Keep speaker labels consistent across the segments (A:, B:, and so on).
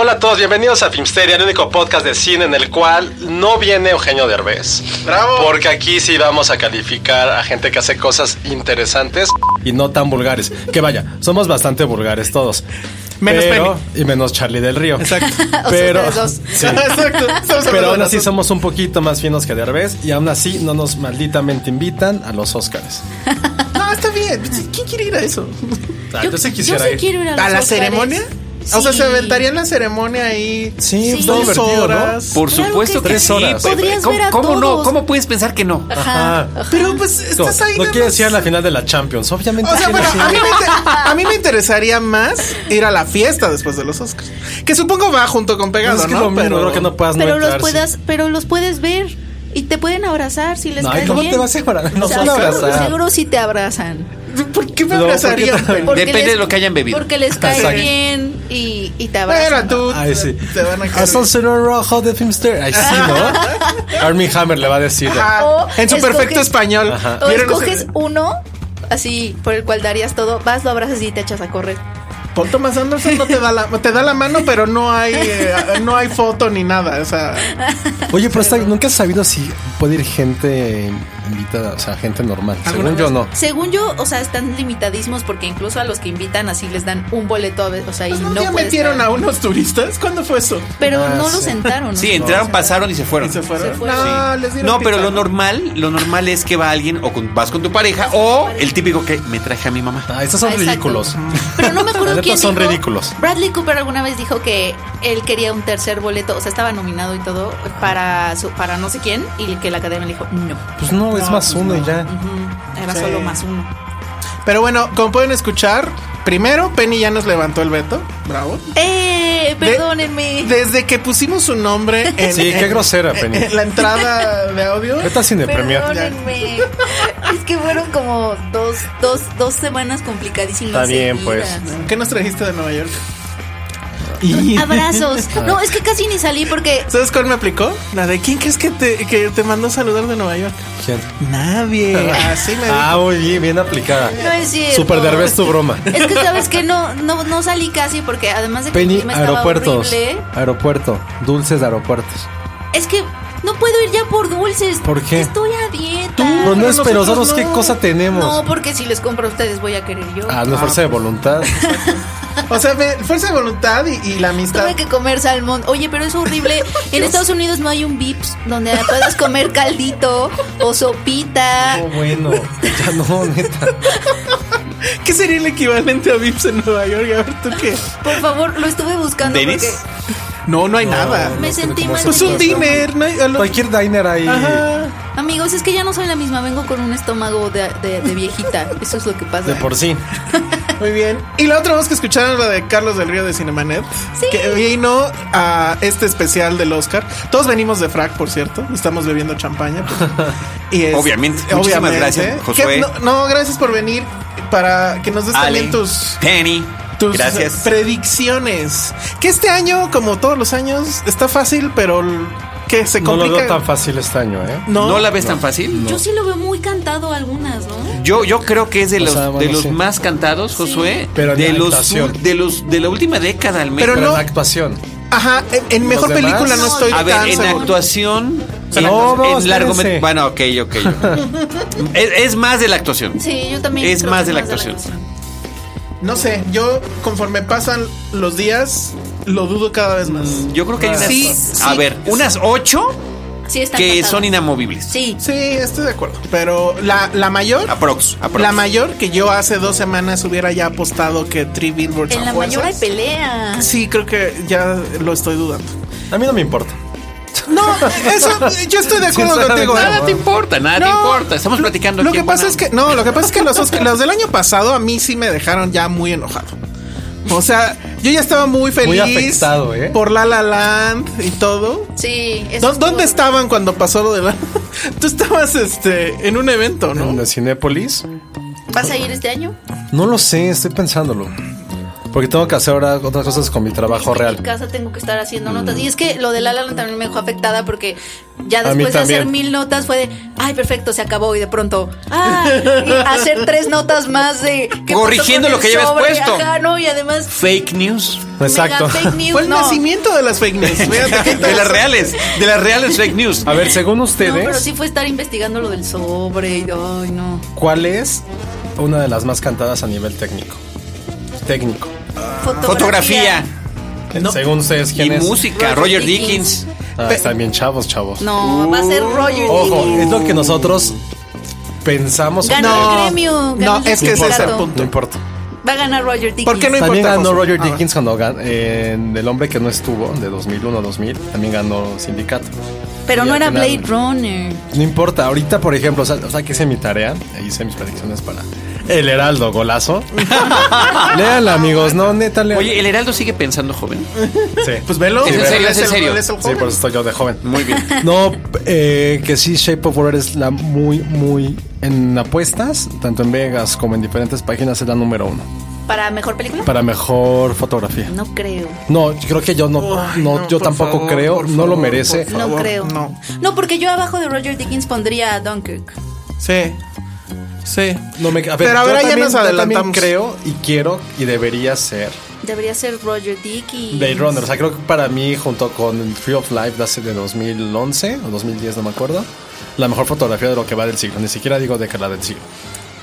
A: Hola a todos, bienvenidos a Filmsteria, el único podcast de cine en el cual no viene Eugenio Derbez.
B: Bravo.
A: Porque aquí sí vamos a calificar a gente que hace cosas interesantes y no tan vulgares. Que vaya, somos bastante vulgares todos.
B: Menos
A: Pero- Y menos Charlie del Río.
B: Exacto.
A: Pero,
B: ustedes dos.
A: Sí.
B: Exacto. Estamos hablando
A: Pero
B: de
A: aún así
B: nosotros.
A: somos un poquito más finos que Derbez y aún así no nos malditamente invitan a los Oscars.
B: No, está bien. ¿Quién quiere ir a eso?
A: Ah,
C: Yo,
A: yo sí
C: yo
A: quisiera
C: sí
A: ir.
C: quiero ir
B: ¿A
C: a, los
B: la
C: Óscares.
B: ceremonia? O sea,
C: Sí.
B: se aventarían la ceremonia ahí.
A: Sí,
C: Sí.
A: está
B: Dos
A: divertido, ¿no?
B: horas.
D: Por
C: Claro
D: supuesto
C: que
D: que
A: sí.
D: sí.
A: Tres horas.
D: Pepe.
C: Podrías
D: ¿Cómo,
C: ver a
D: cómo no?
C: todos.
D: ¿Cómo puedes pensar que no?
C: Ajá.
A: Ah.
B: Pero pues
A: No,
B: estás ahí.
A: no
B: nada
A: quieres
B: más.
A: ir a la final de la Champions, obviamente.
B: O sea,
A: sí,
B: bueno,
A: sí.
B: a mí, me inter- a mí me interesaría más ir a la fiesta después de los Oscars. Que supongo va junto con
A: Pues
B: Pegado,
A: es que
B: ¿no?
A: es lo mismo,
B: Pero
A: creo que no puedas no
C: Pero los
A: entrar, sí.
C: puedas, pero los puedes ver y te pueden abrazar si les
A: No,
C: caes
A: ¿cómo
C: bien.
A: te vas a abrazar? No
C: O sea,
A: son
C: seguro-
A: abrazar.
C: Seguro sí te abrazan.
B: ¿Por qué me
A: No,
B: abrazaría?
A: porque-
B: Pero-
C: Porque
D: Depende de lo que hayan bebido.
C: Porque les cae
A: Exacto.
C: bien y, y te abrazan.
B: Bueno, tú
A: Ay, sí.
B: te van a caer.
A: Hasta el señor rojo de Filmster. Ay, sí, ¿no? Armie Hammer le va a decir.
B: Ajá.
C: O
B: ah, en su perfecto
C: escoges-
B: español.
A: Ajá.
C: O
B: ¿Vieron ese-
C: escoges uno así por el cual darías todo, vas, lo abrazas y te echas a correr.
B: Paul Thomas Anderson no te da la, te da la mano, pero no hay, eh, no hay foto ni nada. O sea,
A: Oye, pero está- nunca has sabido si puede ir gente invitada, o sea, gente normal. Según yo, no.
C: Según yo, o sea, están limitadísimos porque incluso a los que invitan así les dan un boleto a veces, o sea, y no
B: Pues, ya
C: puedes
B: metieron
C: estar.
B: a unos turistas. ¿Cuándo fue eso?
C: Pero
A: Ah,
C: no
A: sí.
C: los sentaron.
D: Sí,
C: ¿no?
D: entraron, pasaron y se fueron.
B: ¿Y se fueron?
C: fueron.
B: No,
D: Sí.
B: les dieron
D: No, pero
B: pizza,
D: lo normal, lo normal es que va alguien o con- vas con tu pareja o el típico que me traje a mi mamá.
A: Ah, estos son
C: Exacto.
A: ridículos.
C: Pero no me
A: La
C: acuerdo
A: neta
C: quién
A: son
C: dijo-
A: ridículos.
C: Bradley Cooper alguna vez dijo que él quería un tercer boleto, o sea, estaba nominado y todo para su, para no sé quién y que la academia le dijo no.
A: Pues no, es más uno y ya.
C: Ujú, Era
B: Sí.
C: solo más uno.
B: Pero bueno, como pueden escuchar, primero Penny ya nos levantó el veto. Bravo.
C: Eh, perdónenme.
B: Desde que pusimos su nombre en,
A: Sí, qué
B: en-
A: grosera, Penny.
B: en la entrada de audio.
A: Ahorita cine premier.
C: Perdónenme. es que fueron como dos, dos, dos semanas complicadísimas.
A: Está bien, pues.
C: seguidas.
B: ¿Qué nos trajiste de Nueva York?
C: Abrazos. No, es que casi ni salí porque
B: ¿Sabes cuál me aplicó? La de quién crees que te, que te mandó saludar de Nueva York.
A: ¿Quién?
B: Nadie. Así me dijo.
A: Ah, oye, bien aplicada.
C: no es cierto.
A: Super derbez tu broma.
C: Es que sabes que no, no, no salí casi porque además de que el
A: Penny,
C: clima estaba
A: aeropuertos.
C: horrible, ¿eh?
A: Aeropuerto. Dulces de aeropuertos.
C: Es que no puedo ir ya por dulces.
A: ¿Por qué?
C: Estoy a dieta.
A: Pero no es, pero
B: nosotros
A: nosotros qué
B: no.
A: cosa tenemos.
C: No, porque si les compro a ustedes voy a querer yo.
A: Ah, no es fuerza de voluntad.
B: O sea, ve, fuerza de voluntad y, y la amistad.
C: Tuve que comer salmón. Oye, pero es horrible. en Estados Unidos no hay un Vips donde puedas comer caldito o sopita.
A: No, bueno. Ya no, neta.
B: ¿Qué sería el equivalente a Vips en Nueva York? A ver, ¿tú qué?
C: Por favor, lo estuve buscando
D: ¿Denis?
C: porque
B: No, no hay nada.
C: me sentí mal.
B: Pues un diner. No hay- a lo-
A: Cualquier diner ahí.
B: Ajá.
C: Amigos, es que ya no soy la misma. Vengo con un estómago de, de- de viejita. Eso es lo que pasa.
A: De por sí.
B: Muy bien. Y la otra voz que escucharon es la de Carlos del Río de Cinemanet. Que vino a este especial del Oscar. Todos venimos de frac, por cierto. Estamos bebiendo champaña. pues. Y es-
D: Obviamente. Muchísimas gracias,
B: ¿Qué?
D: Josué.
B: No, no, gracias por venir para que nos des
D: Ale,
B: también tus...
D: Penny,
B: Tus
D: gracias.
B: predicciones. Que este año, como todos los años, está fácil, pero l- que se
A: No lo
B: complica.
A: veo tan fácil este año, ¿eh?
B: No,
E: ¿No la ves tan fácil?
C: Yo sí lo veo muy cantado algunas, ¿no?
A: Mm.
E: Yo, yo creo que es de
A: O
E: los,
A: sea, bueno,
E: de los
A: sí.
E: más cantados, Josué.
A: Pero en
E: de
A: la
E: los
A: actuación.
E: ul- de los de la última década al menos.
B: Pero
A: Pero
B: no-
A: en actuación.
B: Ajá, en, en mejor
A: demás?
B: película no estoy
E: a
B: tan
E: ver, en
B: seguro.
E: actuación,
A: Sí.
E: en,
A: No, no,
E: en largometraje.
A: espérense.
E: Bueno, ok, ok. ok. es, es más de la actuación.
C: Sí, yo también.
E: Es
C: creo
E: más
C: que
E: de la actuación.
B: No sé, yo conforme pasan los días lo dudo cada vez más.
E: Yo creo que hay unas.
B: Sí,
E: a
C: sí.
E: ver, unas ocho
C: Sí, está
E: que
C: cantado.
E: son inamovibles.
C: Sí.
B: Sí, estoy de acuerdo. Pero la, la mayor,
E: Aprox. aprox.
B: la mayor que yo hace dos semanas hubiera ya apostado que Three Billboards
C: En
B: a
C: la
B: fuerzas,
C: mayor hay pelea.
B: Sí, creo que ya lo estoy dudando.
A: A mí no me importa.
B: No, eso yo estoy de acuerdo
A: Sinceramente,
B: contigo.
E: Nada te importa, nada te
B: No,
E: importa. Estamos
B: lo-
E: platicando
B: Lo
E: aquí
B: que
E: en
B: pasa
E: buena
B: es que no, lo que pasa es que los Oscar- los del año pasado a mí sí me dejaron ya muy enojado. O sea, yo ya estaba muy feliz
A: afectado, ¿eh?
B: por La La Land y todo.
C: Sí. eso
B: ¿Dó-
C: estuvo-
B: ¿Dónde estaban cuando pasó lo de la? Tú estabas este en un evento,
A: ¿En
B: ¿no?
A: la Cinépolis?
C: ¿Vas a ir este año?
A: No lo sé, estoy pensándolo. Porque tengo que hacer ahora otras cosas con mi trabajo
C: Es que En
A: real.
C: casa tengo que estar haciendo notas. Y es que lo de La La Land también me dejó afectada porque ya
A: A mí
C: después de hacer
A: también.
C: mil notas fue de, ay, perfecto, se acabó. Y de pronto, ah, y hacer tres notas más de. ¿qué pasó
E: Corrigiendo
C: con
E: lo
C: el
E: que ya habías
C: sobre?
E: puesto.
C: Ajá, no, y además.
E: Fake news.
A: Exacto.
C: Mega fake news,
B: Fue el
C: no.
B: nacimiento de las fake news. Fíjate qué
E: De las
B: interesante.
E: reales, de las reales fake news.
A: A ver, según
C: No, pero
A: ustedes,
C: sí fue estar investigando lo del sobre. y, Ay, no.
A: ¿cuál es una de las más cantadas a nivel técnico? Técnico.
E: Fotografía
B: No.
A: Según ustedes,
E: y
A: ¿quién es?
E: música. Roger
C: Roger
E: Dickens.
C: Dickens.
A: Ah, están bien chavos, chavos.
C: No, va a ser Roger
A: Ojo,
C: Dickens.
A: es lo que nosotros pensamos.
C: Ganó
A: No,
C: el gremio. ganó
B: No,
C: el
B: es que ese es el
C: sindicato.
B: punto.
A: no importa.
C: Va a ganar Roger Dickens.
B: ¿Por qué no
A: También
B: importa?
A: ganó
B: José?
A: Roger
B: Ah,
A: Dickens cuando gan- en El hombre que no estuvo, de 2001-2000, también ganó Sindicato.
C: Pero
A: Y
C: no
A: al
C: era
A: final-
C: Blade Runner.
A: No importa, ahorita por ejemplo, o sea, o sea, que hice mi tarea, e hice mis predicciones para El Heraldo, golazo. Léanla amigos, no, neta, léanla.
E: Oye, el Heraldo sigue pensando joven.
A: sí.
B: Pues velo.
E: Es en
B: Él
E: serio, es en
B: el-
E: serio.
B: él es el
A: Sí,
B: joven.
A: por eso estoy yo de joven.
E: Muy bien.
A: No, eh, que sí, Shape of Water es la muy, muy en apuestas, tanto en Vegas como en diferentes páginas, es la número uno
C: ¿Para mejor película?
A: para mejor fotografía.
C: No creo.
A: No, yo creo que yo no,
B: Ay,
A: no, yo
B: por
A: tampoco
B: favor,
A: creo,
B: por
A: no lo
B: favor,
A: merece.
B: por
C: No
B: favor,
C: creo.
B: No.
C: No, porque yo abajo de Roger Dickens pondría a Dunkirk.
B: Sí. Sí.
A: No me, a ver,
B: Pero
A: yo
B: ahora ya
A: también-
B: nos
A: yo también
B: adelantamos.
A: creo y quiero y debería ser
C: Debería ser Roger Dickens.
A: Blade Runner. O sea, creo que para mí, junto con Free of Life de hace de 2011 o 2010, no me acuerdo, la mejor fotografía de lo que va del siglo. Ni siquiera digo de que la del siglo.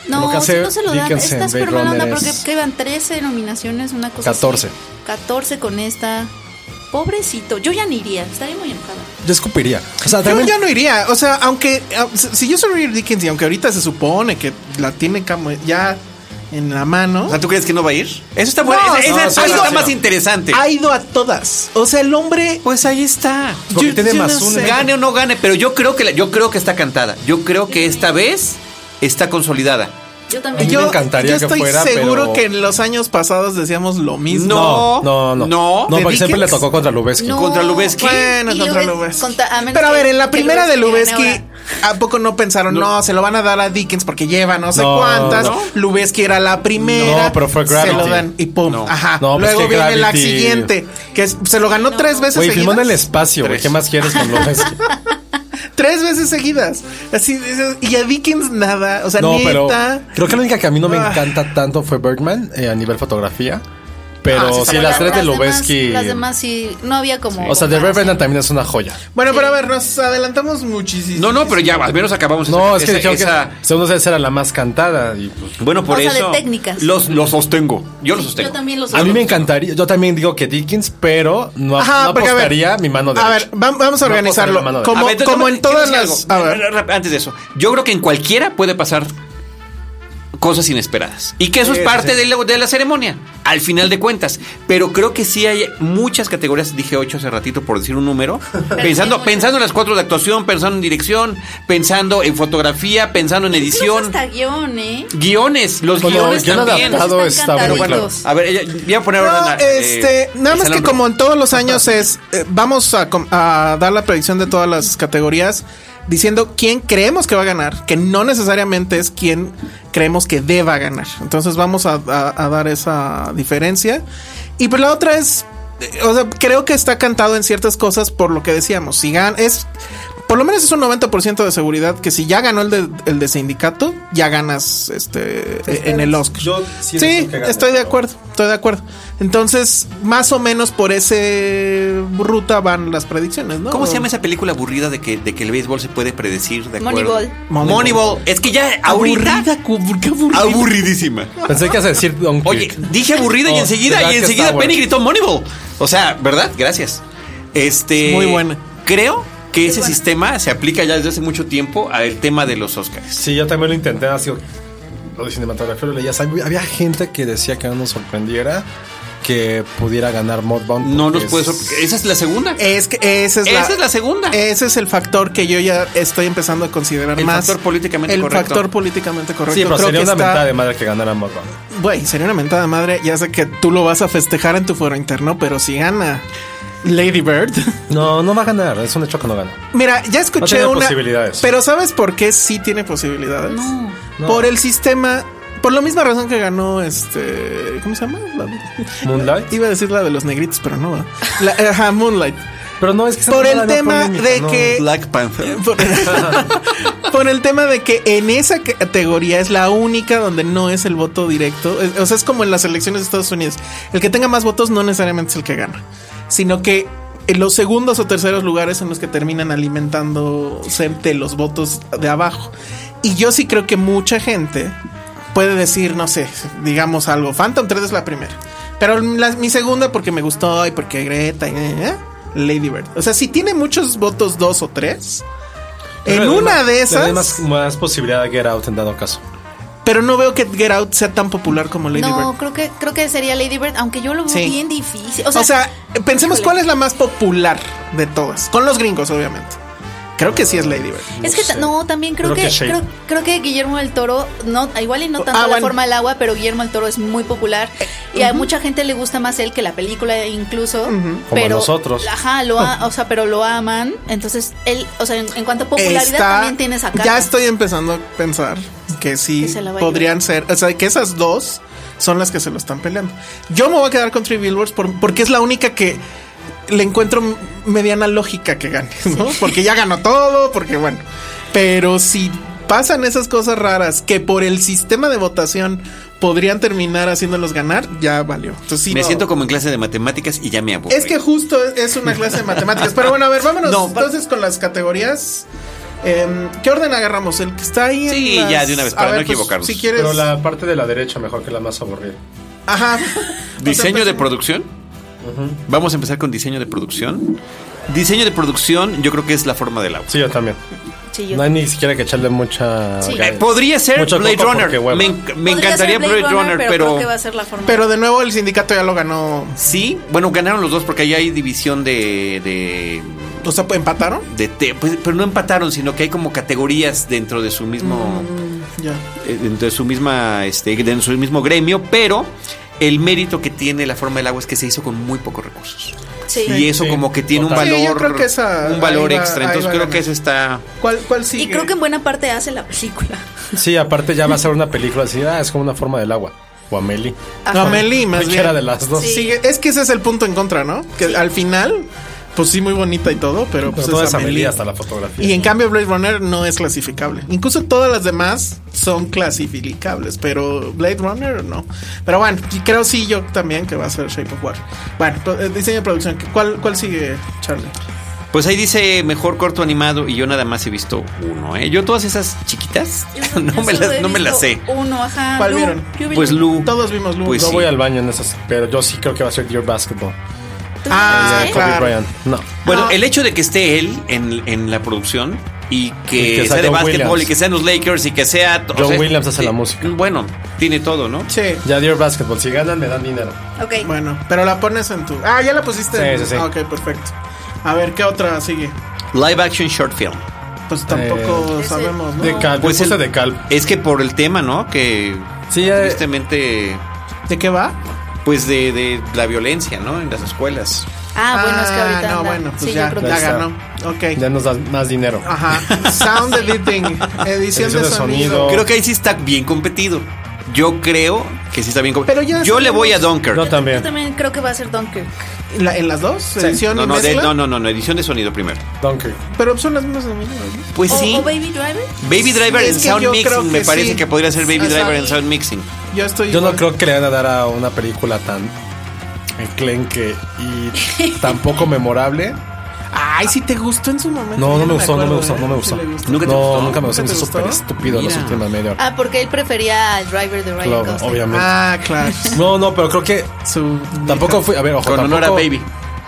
A: lo
C: No,
A: que
C: si
A: hace
C: no se lo dan.
A: Dickens en
C: Está súper
A: Blade
C: mala onda
A: Runner
C: porque
A: es-
C: que iban 13 nominaciones, una cosa
A: 14.
C: así. 14 con esta. Pobrecito. Yo ya ni iría. Estaría muy enojada.
A: Yo escupiría. O sea,
B: Yo
A: también.
B: ya no iría, o sea, aunque ah, si- si yo soy Roger Dickens y aunque ahorita se supone que la tiene como ya en la mano,
E: O sea, ¿tú crees que no va a ir? Eso está bueno.
B: No,
E: esa
A: no,
E: esa-
A: sí,
E: esa
A: no,
E: está
A: sí,
E: más
A: no.
E: interesante.
B: ha ido a todas. O sea, el hombre
E: Pues ahí está.
A: Porque tiene más
B: no
A: una.
B: sé.
E: Gane o no gane, pero yo creo que la- yo creo que está cantada. Yo creo que esta vez está consolidada.
C: Yo Ah,
A: A mí
C: también.
A: me encantaría
B: yo
A: que
B: estoy
A: fuera,
B: seguro
A: pero-
B: que en los años pasados decíamos lo mismo.
E: No,
A: no, no.
E: no,
A: No,
E: ¿de
A: porque siempre le
E: Dickens?
A: tocó contra Lubeski.
C: No.
E: Contra Lubeski.
B: Bueno,
C: Y
B: contra
C: Lubez-
B: Lubeski.
C: contra- a menos
B: Pero a
C: que-
B: ver, en la
C: que
B: primera de
C: Lubezki gane
B: Lubeski, ¿a poco no pensaron, no. se lo van a dar a Dickens porque lleva no sé
A: No,
B: cuántas?
A: no.
B: Lubeski era la primera.
A: No, pero fue
B: Se lo
A: Gravity.
B: dan y pum.
E: No.
B: Ajá.
A: No, pues
B: Luego
A: que
B: viene la
A: Gravity-
B: siguiente, que es- se lo ganó tres veces
A: Güey, filmó
B: seguidas.
A: en el espacio, güey.
E: Tres.
A: ¿Qué más quieres con Lubeski?
B: Tres veces seguidas. Así, de- y a Dickens nada. O sea,
A: No, pero
B: neta.
A: creo que la única que a mí no me
B: Ah.
A: encanta tanto fue Birdman eh, a nivel fotografía. Pero
B: Ah, sí,
A: sí,
B: está
A: las
B: buena.
A: tres de
C: demás-
A: Lubeski.
C: Las demás sí. No había como.
A: O sea, The Revenant también es una joya.
B: Bueno, pero a ver, nos adelantamos muchísimo.
E: No, no, pero ya al menos acabamos.
A: No,
E: esa-
A: es que
E: esa-
A: dijeron
E: esa-
A: que según ustedes era la más cantada. Y pues,
E: Bueno, por
C: O sea, de
E: eso.
C: técnicas.
E: Los, los sostengo. Yo los
C: Sí,
E: sostengo.
C: yo también Pues los
A: a mí me
C: encanta.
A: encantaría. Yo también digo que Dickens, pero no,
B: Ajá,
A: no
B: porque, a ver,
A: apostaría mi mano derecha.
B: A ver, va- vamos a
A: No apostaría
B: organizarlo.
A: mi mano
B: Como,
E: A ver, entonces,
B: como
E: no,
B: en todas
E: quiero
B: las.
E: decir
B: A
E: algo.
B: ver.
E: Ra- ra- Antes de eso, yo creo que en cualquiera puede pasar cosas inesperadas. Y que eso es parte De, la, de la ceremonia, al final de cuentas. Pero creo que sí hay muchas categorías, dije ocho hace ratito por decir un número, pensando, pensando en las cuatro de actuación, pensando en dirección, pensando en fotografía, pensando en edición.
C: Hasta guión, ¿eh?
E: Guiones, los
A: Bueno,
E: guiones
A: guión
E: también.
A: adaptado
C: Están
A: está bueno, claro.
C: cantaditos.
E: A ver, ya- voy a poner
B: No,
E: ahora. eh,
B: este, nada
E: el
B: más que
E: salón
B: como
E: rojo.
B: en todos los años es, eh, vamos a, com- a dar la predicción de todas las categorías diciendo quién creemos que va a ganar, que no necesariamente es quién creemos que deba ganar. Entonces vamos a, a- a dar esa diferencia. Y pues la otra es eh, o sea, creo que está cantado en ciertas cosas por lo que decíamos. Si gan es, por lo menos es un 90% de seguridad que si ya ganó el de, el de sindicato, ya ganas este eh, en el Oscar.
A: Yo sí
B: sí,
A: deseo que gane,
B: estoy de
A: pero-
B: acuerdo, estoy de acuerdo. Entonces, más o menos por ese ruta van las predicciones, ¿no?
E: ¿Cómo se llama esa película aburrida de que, de que el béisbol se puede predecir? De acuerdo?
F: Moneyball.
E: Moneyball. Es que ya ahorita.
B: Aburrida, cu- qué aburrida.
E: Aburridísima.
A: Pensé que ibas a decir Don
E: Oye,
A: Quick.
E: dije aburrida y
A: Oh,
E: enseguida,
A: ¿verdad
E: y
A: que
E: enseguida
A: está
E: Penny
A: bueno?
E: gritó Moneyball. O sea, ¿verdad? Gracias. Este.
B: Es muy buena.
E: Creo que ese sistema se aplica ya desde hace mucho tiempo al tema de los Oscars.
A: Sí, yo también lo intenté, así lo de cinematografía, lo leías. Había había gente que decía que no nos sorprendiera que pudiera ganar Modbound.
E: No
A: porque
E: nos puede
A: es-
E: sorprender. Esa es la segunda.
B: Es que esa es,
E: Esa es la segunda.
B: Ese es el factor que yo ya estoy empezando a considerar
E: El
B: más.
E: factor políticamente
B: el
E: correcto.
B: factor políticamente correcto.
A: Sí, pero
B: Creo
A: sería
B: que
A: una
B: está-
A: mentada de madre que ganara Modbound.
B: Güey, sería una mentada madre. Ya sé que tú lo vas a festejar en tu foro interno, pero si gana Lady Bird.
A: No, no va a ganar, es un hecho que no gana.
B: Mira, ya escuché
A: tiene
B: una.
A: posibilidades.
B: Pero ¿sabes por qué sí tiene posibilidades?
A: No.
B: Por el sistema. Por la misma razón que ganó este. ¿Cómo se llama? La-
A: Moonlight.
B: Iba a decir la de los negritos, pero no. va. La, eh, ajá, Moonlight.
A: Pero no es que sea
B: Por
A: una
B: el
A: mala
B: tema
A: polémica,
B: de
A: no.
B: que-
E: Black Panther.
B: Por, por el tema de que en esa categoría es la única donde no es el voto directo. Es- O sea, es como en las elecciones de Estados Unidos. El que tenga más votos no necesariamente es el que gana, sino que en los segundos o terceros lugares son los que terminan alimentándose de los votos de abajo. Y yo sí creo que mucha gente puede decir, no sé, digamos algo. Phantom 3 es la primera. Pero la- mi segunda porque me gustó y porque Greta y... eh, eh, Lady Bird. O sea, si tiene muchos votos, dos o tres,
A: Pero
B: en
A: le doy
B: una
A: más-
B: de
A: le doy más,
B: esas.
A: más posibilidad de Get Out en dado caso.
B: Pero no veo que Get Out sea tan popular como Lady
F: no,
B: Bird.
F: creo que creo que sería Lady Bird, aunque yo lo veo
B: Sí.
F: bien difícil.
B: O sea, pensemos
F: híjole.
B: cuál es la más popular de todas. Con los gringos, obviamente. Creo que sí es Lady Bird.
F: Es que ta-
A: sé.
F: no, también creo,
A: Creo
F: que,
A: que Shane.
F: creo, creo que Guillermo del Toro, no, igual y no tanto
B: Ah,
F: la
B: bueno. Eh,
F: forma del agua, pero Guillermo del Toro es muy popular y a mucha gente le gusta más él que la película incluso,
A: Como
F: pero
A: nosotros.
F: Ajá, lo a- o sea, pero lo aman, entonces él, o sea, en, en cuanto a popularidad
B: Está-
F: también tiene esa cara.
B: Ya estoy empezando a pensar que sí
F: Que se la va a
B: podrían ser. O sea, que esas dos son las que se lo están peleando. Yo me voy a quedar con Three Billboards por- porque es la única que le encuentro m- mediana lógica que gane, ¿no? Porque ya ganó todo, porque bueno. Pero si pasan esas cosas raras que por el sistema de votación podrían terminar haciéndolos ganar, ya valió. Entonces, sí,
E: me
B: no.
E: siento como en clase de matemáticas y ya me aburro.
B: Es que justo es una clase de matemáticas. Pero bueno, a ver, vámonos
E: No, va-
B: entonces con las categorías. Em, ¿Qué orden agarramos? El que está ahí. en
E: Sí,
B: las-
E: ya de una vez,
B: A pues,
E: para no equivocarnos.
B: Si quieres.
A: Pero la parte de la derecha mejor que la más aburrida.
B: Ajá.
E: Diseño de
B: Entonces,
E: producción. Vamos a empezar con diseño de producción. Diseño de producción, yo creo que es la forma del agua.
A: Sí, yo también.
F: Sí, yo-
A: No hay ni siquiera que echarle mucha.
F: Sí.
E: Eh,
A: ganas.
E: podría ser
A: Mucho
E: Blade
A: coco
E: Runner.
A: porque hueva.
E: Me, enc-
F: Podría
E: me encantaría
F: ser
E: Blade, Runner, pero,
F: creo que va a ser la forma.
B: Pero de nuevo el sindicato ya lo ganó.
E: sí. Bueno, ganaron los dos porque ahí hay división de. de,
B: O sea, empataron.
E: de te- pues, pero no empataron, sino que hay como categorías dentro de su mismo.
B: Ya.
E: eh, dentro de su misma. Este, dentro de su mismo gremio, pero. El mérito que tiene la forma del agua es que se hizo con muy pocos recursos.
F: Sí.
E: y eso
A: Sí,
E: como que tiene un
A: total.
E: valor,
B: Sí, yo creo que esa-
E: un valor
B: ahí va-
E: extra.
B: ahí
E: Entonces
B: va
E: creo
B: ganando.
E: que eso está
B: ¿Cuál, cuál sigue?
F: y creo que en buena parte hace la película.
A: Sí, aparte ya va a ser una película así. Ah, es como una forma del agua. O Amelie.
B: No, Amelie, más
A: Cualquiera
B: bien.
A: de las dos.
F: Sí.
B: Sigue- Es que ese es el punto en contra, ¿no? Que al final, pues sí, muy bonita y todo,
A: Pero
B: pero, pues
A: todo
B: es
A: es Amelie
B: Amelie.
A: hasta la fotografía.
B: Y en cambio Blade Runner no es clasificable. Incluso todas las demás son clasificables, pero Blade Runner no. Pero bueno, y creo sí yo también que va a ser Shape of Water. Bueno, pues, eh, diseño de producción, ¿cuál, cuál sigue, Charlie?
E: Pues ahí dice mejor corto animado y yo nada más he visto uno, ¿eh? Yo todas esas chiquitas
F: Yo
E: no me,
F: solo
E: las,
F: he
E: no me las sé.
F: visto Uno, ajá.
B: ¿Cuál
F: Lu,
B: vieron?
F: yo vi
E: Pues
F: Lu.
E: Lu.
B: Todos vimos Lu.
E: Pues
A: No
E: sí.
A: voy al baño en esas, pero yo sí creo que va a ser Dear Basketball.
F: ¿Tú
B: Ah,
C: ¿eh?
F: viste?
A: Kobe
B: claro.
A: Bryant. No.
E: Bueno,
B: No.
E: el hecho de que esté él en, en la producción y que,
A: Y que
E: sea
A: sea
E: de
A: John
E: básquetbol
A: Williams.
E: y que sean los Lakers y que sea... o
A: John
E: sea,
A: Williams hace
E: sí,
A: la música.
E: Bueno, tiene todo, ¿no?
B: Sí.
A: Ya Dear Basketball. Si ganan, me dan dinero.
F: Ok.
B: Bueno, pero la pones en tu. Ah, ya la pusiste. en-
A: Sí, sí, sí.
B: Ah, Ok, perfecto. A ver, ¿qué otra sigue?
E: Live action short film.
B: Pues tampoco
F: Ese-
B: sabemos, ¿no?
A: Eh, De Cal.
E: Pues
A: Pues
E: el-
A: de Cal.
E: Es que por el tema, ¿no? Que
A: Sí, ya-
E: tristemente...
B: ¿De qué va?
E: Pues de, de la violencia, ¿no? En las escuelas.
F: Ah, bueno, es que
B: Ah,
F: ahorita.
B: No,
F: anda.
B: bueno, pues
F: Sí, yo
B: ya,
F: creo que
B: ya
F: sí.
A: está.
B: ganó. Ok.
A: Ya nos dan más dinero.
E: Ah,
B: Ajá. Sound editing, edición, de,
A: Edición de
B: sonido.
A: sonido.
E: Creo que ahí sí está bien competido. Yo creo que sí está bien competido.
B: Pero ya
E: Yo le voy a
B: sabemos-
E: Dunker.
A: Yo también.
F: Yo también creo que va a ser Dunkirk.
B: ¿La- ¿En las dos? ¿Edición
E: No,
B: y
E: no, de-
B: mezcla?
E: no, no, no, no, edición de sonido primero.
A: Dunkirk.
B: Pero son las mismas nominadas, ¿no?
E: Pues
F: O-
E: sí.
F: o Baby Driver.
E: Baby Driver
B: Sí, es
E: en
B: que
E: Sound
B: yo creo
E: Mixing, me
B: que
E: parece
B: sí.
E: que podría ser Baby
F: Ajá.
E: Driver en Sound Mixing.
B: Yo estoy.
A: Yo no
B: igual.
A: creo que le van a dar a una película tan enclenque y tampoco memorable.
B: Ay, si te gustó en su momento.
A: No,
B: yo
A: no me gustó, no me
B: acuerdo,
A: gustó,
B: ¿eh?
A: no me
B: Sí
A: gustó.
B: le gustó.
E: ¿Nunca te
A: no,
E: gustó?
A: nunca me gustó.
B: ¿Nunca
A: Me
B: te
A: hizo súper
B: gustó?
A: estúpido los
E: Mira.
A: últimos media hora.
F: Ah, porque él prefería al driver de Ryan
A: Claro,
F: Gosling.
A: obviamente.
B: Ah, claro.
A: No, no, pero creo que
B: Su-
A: tampoco fui. A ver, ojo.
E: Con honor a
A: tampoco-
E: Baby.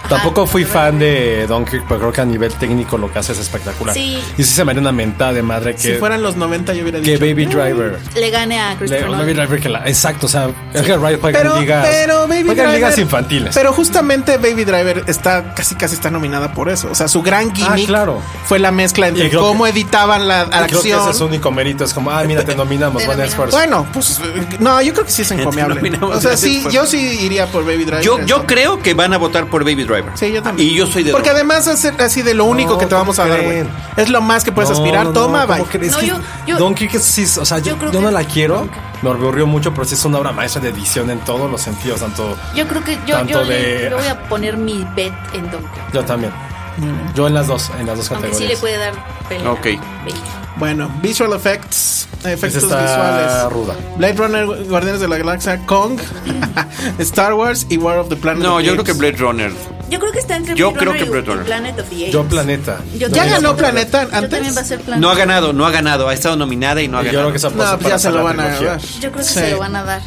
A: Tampoco fui fan de Dunkirk, pero creo que a nivel técnico lo que hace es espectacular.
F: Sí.
A: Y sí se me haría una mentada de madre que,
B: Si fueran los 90 yo hubiera
A: que
B: dicho. "Eh,
A: Baby Driver.
F: Le gane a
B: Pues
A: Le-
F: Christopher
A: Baby
F: Nolan.
A: Driver que la. Exacto, o sea, es que Ryan juega
B: Pero,
A: en ligas.
B: pero Baby
A: juega en
B: Driver.
A: ligas infantiles.
B: Pero justamente Baby Driver está casi casi está nominada por eso. O sea, su gran gimmick
A: Ah, claro.
B: fue la mezcla entre
A: Y creo
B: cómo
A: que-
B: editaban la
A: Y creo que
B: acción.
A: ese es su único mérito. Es como, ah, mira, te nominamos,
F: Te
A: buen
F: nominamos.
A: esfuerzo.
B: Bueno, pues eh, no, yo creo que sí es encomiable.
E: nominamos
B: O sea,
E: gracias
B: sí,
E: por-
B: yo sí iría por Baby Driver.
E: Yo, yo creo que van a votar por Baby Driver.
B: Sí, yo también.
E: Y yo soy de
B: Porque
E: dos.
B: además es así de lo único
A: No,
B: que te vamos a
A: ¿cómo
B: dar, güey.
A: creen?
B: Es lo más que puedes pues, aspirar. Toma,
A: ¿cómo
B: bye.
A: crees
F: No,
A: que-
F: yo- yo-
A: Dunkirk es- sí, o sea, yo,
F: Yo creo
A: yo
F: que-
A: no la quiero. Me aburrió mucho, pero sí es una obra maestra de edición en todos los sentidos. Tanto
F: Yo creo que yo, yo,
A: Tanto
F: le-
A: de-
F: yo voy a poner mi bet en Dunkirk.
A: yo también.
B: Mm.
A: Yo en las dos, en las dos
F: Aunque sí
A: categorías.
F: le puede dar pelea.
E: Ok.
F: Baby.
B: Bueno, visual effects, efectos
A: Esa está
B: visuales.
A: ruda.
B: Blade Runner, Guardianes de la Galaxia, Kong, Star Wars y War of the Planet.
E: No,
B: of
E: yo
B: the
E: creo que
B: Apes.
E: Blade Runner.
F: Yo creo que está entre
E: Yo
F: Blade
E: creo
F: Runner
E: que Blade
F: y- y
E: Runner.
F: Planet of the Apes.
A: Yo Planeta.
F: Yo
B: ¿Ya
F: también
B: ganó
F: voy a poner-
B: Planeta
F: Yo también va a
B: antes?
F: ser Planet.
E: No ha ganado, no ha ganado. Ha estado nominada y no ha
A: Y yo
E: ganado.
A: creo que esa
B: No, pues ya se lo van a
A: ganar.
B: dar.
F: Yo creo que se lo van a dar.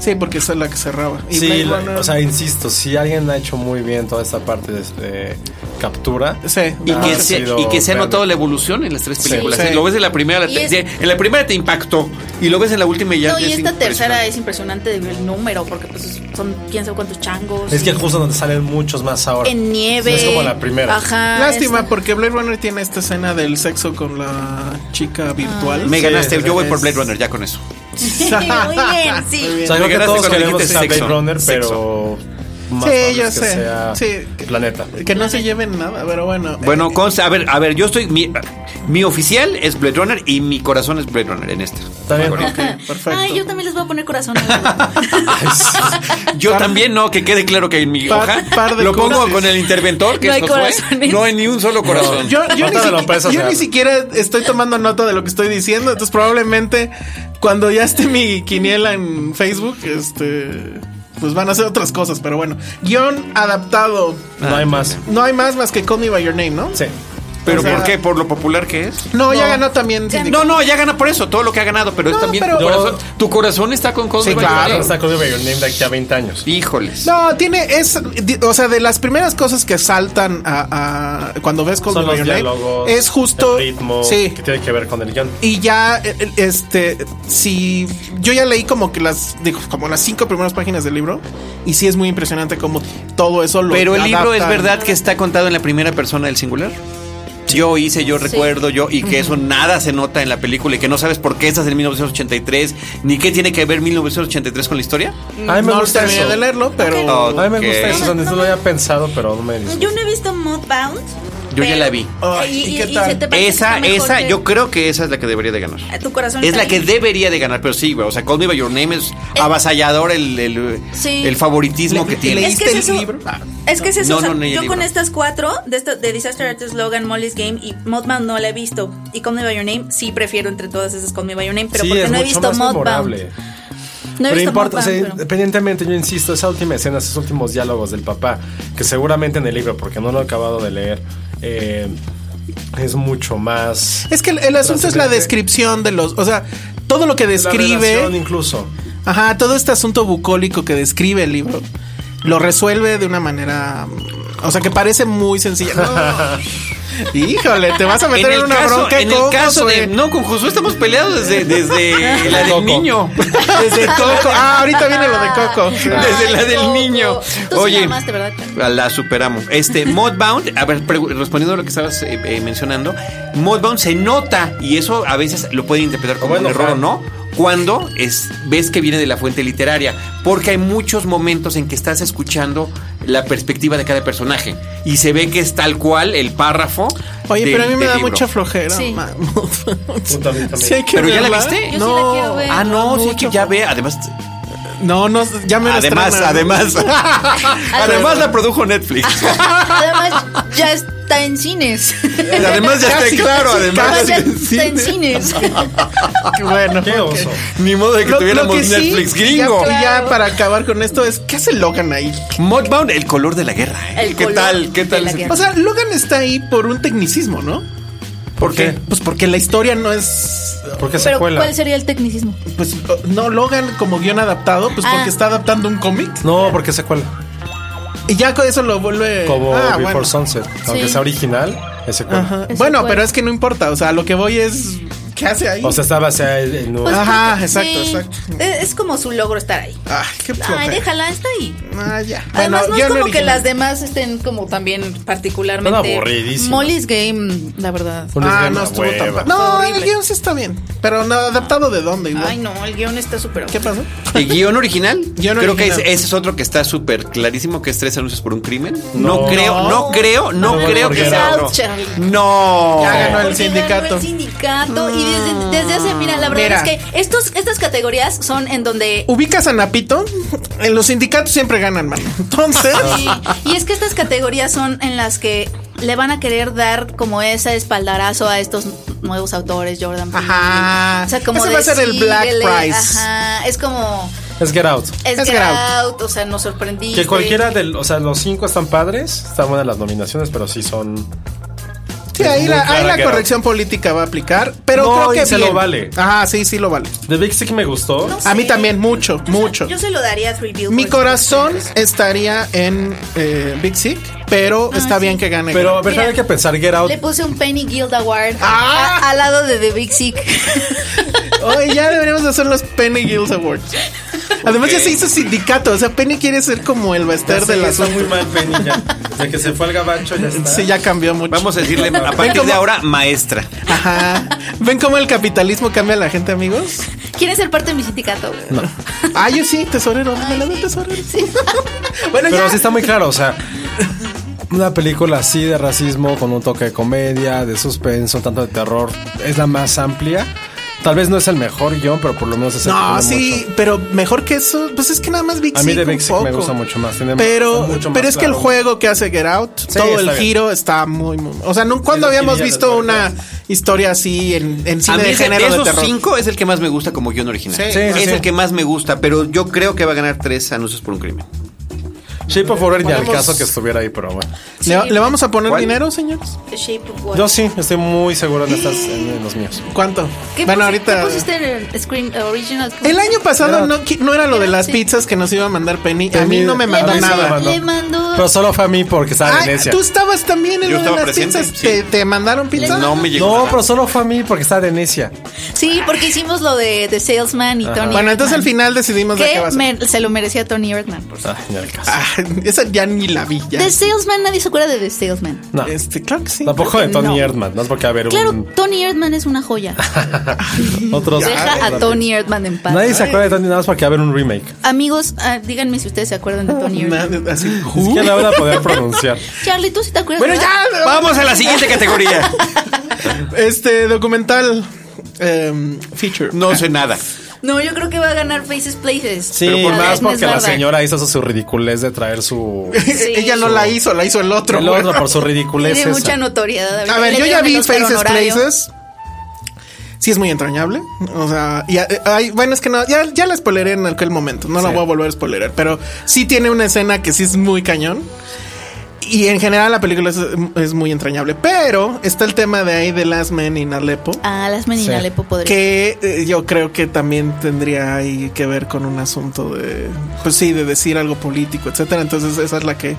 B: Sí, porque esa es la que cerraba. Y
A: Sí,
B: Blade
A: la-
B: Runner-
A: o sea, insisto, si alguien ha hecho muy bien toda esta parte de, de captura.
B: Sí.
E: Y,
A: Ah,
E: que
A: ha
E: se,
A: sido
E: y que se ha
A: verde.
E: notado la evolución en las tres películas.
B: Sí.
E: Si Lo ves en la primera, la
F: Y
E: te-
F: es-
E: en la primera te impactó y lo ves en la última y ya.
F: No, y
E: es
F: esta tercera
E: impresionante.
F: es impresionante el número, porque pues son quién sabe cuántos changos.
A: Es que
F: y-
A: justo donde salen muchos más ahora.
F: en nieve.
A: No es como la primera.
C: Ah,
F: Ajá.
B: Lástima,
F: es-
B: porque Blade Runner tiene esta escena del sexo con la chica virtual.
E: Me
A: Sí,
E: ganaste,
A: sí,
E: yo voy
B: es-
E: por Blade Runner ya con eso.
F: Muy bien, sí.
A: O sea, creo
E: Me
A: que
E: ganaste
A: todos
E: cuando
A: queremos
E: dijiste
A: esa Blade
E: sexo.
A: Runner, pero. más
B: Sí,
A: probable
B: yo
A: es
B: sé.
A: sea
B: Sí.
A: Planeta.
B: Que no se lleven nada, pero bueno.
E: Bueno,
B: Eh,
E: consta, a ver, a ver, yo estoy. Mi, mi oficial es Blade Runner y mi corazón es Blade Runner en este. esta.
A: Está bien.
B: Eh, perfecto.
F: Ay, yo también les voy a poner corazón. a los dos.
E: Yo también no, que quede claro que en mi
B: Par-
E: hoja
B: par de
E: lo pongo
B: cosas.
E: con el interventor, que
F: No
E: es
F: hay
E: Josué.
F: corazones.
E: No hay ni un solo corazón.
B: Yo, yo, ni,
A: Nota de
B: siqui-
A: lo peso,
B: yo
A: o sea.
B: ni siquiera estoy tomando nota de lo que estoy diciendo, entonces probablemente cuando ya esté mi quiniela en Facebook, este, pues van a hacer otras cosas, pero bueno. Guión adaptado.
A: No hay más.
B: No hay más más que Call Me By Your Name, ¿no?
A: Sí.
E: ¿Pero
B: o sea-
E: por qué? ¿Por lo popular que es?
B: No, ya ganó también. Syndicate.
E: No, no, ya gana por eso, todo lo que ha ganado, pero es
B: No,
E: también
B: pero-
E: tu corazón. Tu corazón está con Cosmo.
B: Sí, claro.
A: Está con Your Name de aquí a 20 años.
E: Híjoles.
B: No, tiene, es, di- o sea, de las primeras cosas que saltan a, a- cuando ves Call
A: Son
B: Me By
A: los
B: Your Name,
A: diálogos.
B: es justo,
A: El ritmo.
B: sí,
A: Que tiene que ver con el guión.
B: Y ya, eh, eh, este, si yo ya leí como que las, digo, como las cinco primeras páginas del libro, y sí es muy impresionante como todo eso lo.
E: Pero el libro es
B: adaptan.
E: verdad que está contado en la primera persona del singular. Yo hice, yo recuerdo, yo, y que eso nada se nota en la película y que no sabes por qué estás en 1983, ni qué tiene que ver 1983 con la historia.
A: A mí me
B: Mm, no
A: gusta
B: terminé
A: eso.
B: de leerlo, pero.
E: Ok.
A: A mí me gusta eso.
F: No,
A: Donde
F: no
A: no lo
F: me-
A: había pensado, pero no me disgusta.
F: Yo no he visto Mudbound.
E: Yo ya
F: pero-
E: la vi.
B: Ay,
F: y-
B: ¿y
F: y-
B: qué
F: y
B: tal?
F: se te parece que
E: Esa,
F: está mejor
E: esa,
F: que-
E: yo creo que esa es la que debería de ganar.
F: a Tu corazón
E: Es
F: está
E: la que
F: ahí.
E: debería de ganar, pero sí, güey, o sea, Call Me By Your Name es avasallador el, el-
F: Sí.
E: el favoritismo que tiene.
F: Es que es
B: ¿Leíste
F: eso.
B: el libro? Ah,
F: Es que es eso.
E: No,
F: o sea,
E: no leí el
F: yo
E: libro.
F: con estas cuatro, de, esto- de Disaster Artist, Logan, Molly's Game y Mothman no la he visto. Y Call Me By Your Name sí prefiero entre todas esas Call Me By Your Name, pero
A: sí,
F: porque
A: es
F: no he
A: mucho
F: visto
A: más memorable.
F: Mothbound. No he
A: pero
F: visto
A: importa, o sea,
F: Mothbound. pero-
A: independientemente, yo insisto, esa última escena, esos últimos diálogos del papá, que seguramente en el libro, porque no lo he acabado de leer, eh, es mucho más.
B: Es que el, el asunto es la
A: Trascendente.
B: descripción de los. O sea, todo lo que
A: La
B: describe.
A: relación incluso.
B: Ajá, todo este asunto bucólico que describe el libro lo resuelve de una manera. mm, O sea, que parece muy sencilla. No. Híjole, te vas a meter en, una bronca
E: en el
B: con
E: caso de.
B: Josué.
E: No, con Josué estamos peleados desde, desde la
A: Coco.
E: del niño.
B: Desde Coco. Ah, ahorita viene lo de Coco.
E: Desde la del
F: Coco.
E: niño.
F: Tú sí
E: Oye.
F: la amaste, ¿verdad?
E: Ah, La superamos. Este, Modbound, a ver, pregu- respondiendo a lo que estabas eh, eh, mencionando, Modbound se nota, y eso a veces lo pueden interpretar como
A: Bueno,
E: un error o
A: Fran.
E: no, cuando es, ves que viene de la fuente literaria, porque hay muchos momentos en que estás escuchando la perspectiva de cada personaje, y se ve que es tal cual el párrafo.
B: Oye,
E: del-
B: pero a mí me
E: del
B: da
E: libro.
B: mucha flojera.
F: Sí.
B: ma-
A: Tú también, también.
B: Sí hay que
E: ¿Pero ya la
B: verla.
E: viste? Yo sí
F: la quiero ver.
E: Ah, no, sí que ya ve, además...
B: No, no, ya me lo
E: Además,
B: estrenan.
E: además. además la produjo Netflix.
C: Además, ya está en cines.
E: Además ya está
B: Casi,
E: claro,
B: casi,
E: además.
C: ya está en cines.
B: Qué bueno.
A: Qué oso.
E: Ni modo de que tuviéramos Netflix gringo.
B: Y ya, para acabar con esto es, ¿qué hace Logan ahí?
E: Mudbound, el color de la guerra. ¿eh?
C: El
E: ¿Qué
C: color
E: tal? ¿Qué
C: de
E: tal?
C: la
E: ese-
C: guerra.
B: O sea, Logan está ahí por un tecnicismo, ¿no?
E: ¿Por qué?
B: Pues porque la historia no es...
A: Porque
C: Pero,
A: secuela.
C: ¿cuál sería el tecnicismo?
B: Pues no, Logan como guión adaptado, pues
C: Ah.
B: porque está adaptando un cómic.
A: No, porque secuela.
B: Y ya con eso lo vuelve...
A: Como
B: Ah,
A: Before
B: bueno.
A: Sunset. Aunque
C: Sí.
A: sea original, es secuela.
B: Ajá.
C: Es
B: Bueno,
C: igual.
B: pero es que no importa. O sea, lo que voy es... ¿Qué hace ahí?
A: O sea, estaba ah, hacia el, el nuevo.
C: Pues,
B: Ajá,
C: creo que-
B: exacto, exacto.
C: Es, es como su logro estar ahí.
B: Ay, qué
C: Ay,
B: flojera.
C: déjala, está ahí.
B: Ah, ya.
C: Además, no es
B: guión
C: como que
B: original.
C: las demás estén como también particularmente.
A: Son aburridísimas.
C: Molly's Game, la verdad.
A: Pues,
B: Ah,
A: les
B: no
A: da
B: estuvo
A: hueva.
B: tan... No, el guión sí está bien. Pero no, adaptado de dónde, igual.
C: Ay, no, el guión está súper.
B: ¿Qué pasó?
E: ¿El guión original?
B: Guión
E: creo que
B: original.
E: ese, ese es otro que está súper clarísimo, que es tres anuncios por un crimen. No,
A: No.
E: creo, no creo, no,
A: No,
E: creo
A: porque
E: que sea
A: era
E: otro.
C: Out, Charlie.
E: No.
B: Ya ganó el
C: Porque
B: sindicato.
C: ganó el sindicato y desde, desde hace, mira, la verdad
B: Mira.
C: es que estos, estas categorías son en donde...
B: ubicas a Napito, en los sindicatos siempre ganan, mano. Entonces,
C: Y, y es que estas categorías son en las que le van a querer dar como ese espaldarazo a estos nuevos autores, Jordan Peele.
B: Ajá.
C: O sea, como
B: Ese va a ser el
C: decirle,
B: Black Prize.
C: Ajá. Es como...
A: Es Get Out.
C: Es,
B: Es
C: Get
B: Get
C: Out, o sea, nos sorprendí.
A: Que cualquiera del. O sea, los cinco están padres. Están buenas las nominaciones, pero sí son.
B: sí, ahí,
A: Muy
B: la,
A: clara
B: ahí la
A: que era.
B: corrección política va a aplicar, pero
A: No,
B: creo que
A: y se
B: bien.
A: lo vale.
B: Ajá, sí, sí lo vale.
A: The Big Sick me gustó.
B: A mí también, mucho, mucho.
C: Yo se lo daría a Three Billboards.
B: Mi corazón estaría en eh, Big Sick, pero está bien que gane.
A: Pero a ver,
C: Mira.
A: hay que pensar Get Out.
C: Le puse un Penny Guild Award
B: Ah.
C: a- al lado de The Big Sick.
B: Oye, ya deberíamos hacer los Penny Guilds Awards. Además ya se hizo sindicato, o sea, Penny quiere ser como el
A: Ya
B: Bester
A: sé,
B: de la
A: hizo muy mal Penny ya. De que se fue al gabacho ya está.
B: Sí, ya cambió mucho.
E: Vamos a decirle a partir de
B: cómo-
E: ahora, maestra.
B: Ajá. ¿Ven cómo el capitalismo cambia a la gente, amigos?
C: ¿Quieres ser parte de mi sindicato? No.
B: Ah, yo sí, tesorero. Me la doy tesorero. Bueno,
A: Pero
B: ya.
A: sí está muy claro, o sea. Una película así de racismo, con un toque de comedia, de suspenso, tanto de terror, es la más amplia. Tal vez no es el mejor guión, pero por lo menos es el
B: No,
A: que
B: sí,
A: mucho.
B: pero mejor que eso, pues es que nada más Big
A: A mí
B: Sick
A: de
B: un
A: Big Sick me
B: poco.
A: gusta mucho más. tiene
B: Pero,
A: mucho más
B: pero es que el
A: claro.
B: juego que hace Get Out, todo
A: está
B: el
A: bien.
B: giro está muy, muy. O sea, no, ¿cuándo
A: lo
B: habíamos
A: tiene ya
B: visto
A: desde
B: una historia así en, en
E: a
B: cine
E: mí
B: de
E: ese- de
B: género de
E: esos
B: terror?
E: cinco es el que más me gusta como guión original.
B: Sí,
E: es
A: sí, sí.
E: el que más me gusta, pero yo creo que va a ganar tres anuncios por un crimen.
A: Shape of Water ni al
B: Ponemos-
A: caso que estuviera ahí, pero bueno.
B: ¿Le, le vamos a poner
E: ¿Cuál?
B: dinero, señores?
C: The Shape of Water.
A: Yo sí, estoy muy seguro en, estas, en, en los míos.
B: ¿Cuánto?
C: ¿Qué
B: Bueno,
C: pusi-
B: ahorita.
C: ¿Qué pusiste en el Screen eh, Original?
B: El año pasado
A: Era-
B: no, qui- no era lo de las
C: sí.
B: pizzas que nos iba a mandar Penny. A
A: A
B: mí
A: mí-
B: no me
A: a
C: le
B: mandó
A: mí sí me
B: nada.
A: mandó.
C: Le mandó.
A: Pero solo fue a mí porque estaba en
B: Ah,
A: Venecia.
B: tú estabas también en
E: Yo
B: lo de
E: estaba
B: las
E: presente,
B: pizzas.
E: sí.
B: ¿Te, te mandaron pizza?
E: No me llegó.
A: No,
E: nada.
A: pero solo fue a mí porque estaba en Venecia.
C: Sí, porque hicimos lo de The Salesman y Tony.
B: Bueno, entonces al final decidimos de qué va a
C: Que
B: ser.
C: me- se lo merecía Tony Erdman. por
A: Ah, ni al caso.
B: Ah, esa ya ni la vi. ya.
C: The Salesman, nadie se acuerda de The Salesman.
A: No.
B: Este, claro que sí.
A: Tampoco de Tony
C: No.
A: Erdman, no es porque haber
C: Claro,
A: un
C: Tony Erdman es una joya.
A: otros.
C: Deja a Tony Erdman en paz.
A: Ah, Nadie se acuerda de Tony nada más porque haber un remake.
C: Amigos, ah, díganme si ustedes se acuerdan de Tony Erdman.
B: Nada, así,
A: Ni siquiera la van a
B: Uh.
A: poder pronunciar.
C: Charlie, ¿tú sí te acuerdas?
B: Bueno,
C: verdad?
B: ya.
E: Vamos a la siguiente categoría.
B: Este documental em, feature. E-,
E: No sé nada.
C: No, yo creo que va a ganar Faces Places.
A: Sí,
C: La de
A: más
C: Agnes
A: porque la
C: Varda.
A: señora hizo su ridiculez de traer su.
C: Sí.
B: Ella no la hizo, la hizo el otro.
A: El
B: güey.
A: otro por su ridiculez.
C: Tiene
A: esa.
C: mucha notoriedad.
B: A ver,
C: Le
B: yo ya
C: dieron
B: vi
C: el Oscar
B: Faces
C: honorario.
B: Places. Sí, es muy entrañable. O sea, y, eh, ay, bueno, es que no, ya, ya la spoileré en aquel momento. No la
A: Sí.
B: voy a volver a spoilerar, pero sí tiene una escena que sí es muy cañón. Y en general la película es, es muy entrañable. Pero está el tema de ahí de Last Man in Aleppo.
C: Ah, las Meninaleppo podría.
B: Que eh, yo creo que también tendría ahí que ver con un asunto de, pues sí, de decir algo político, etcétera. Entonces esa es la que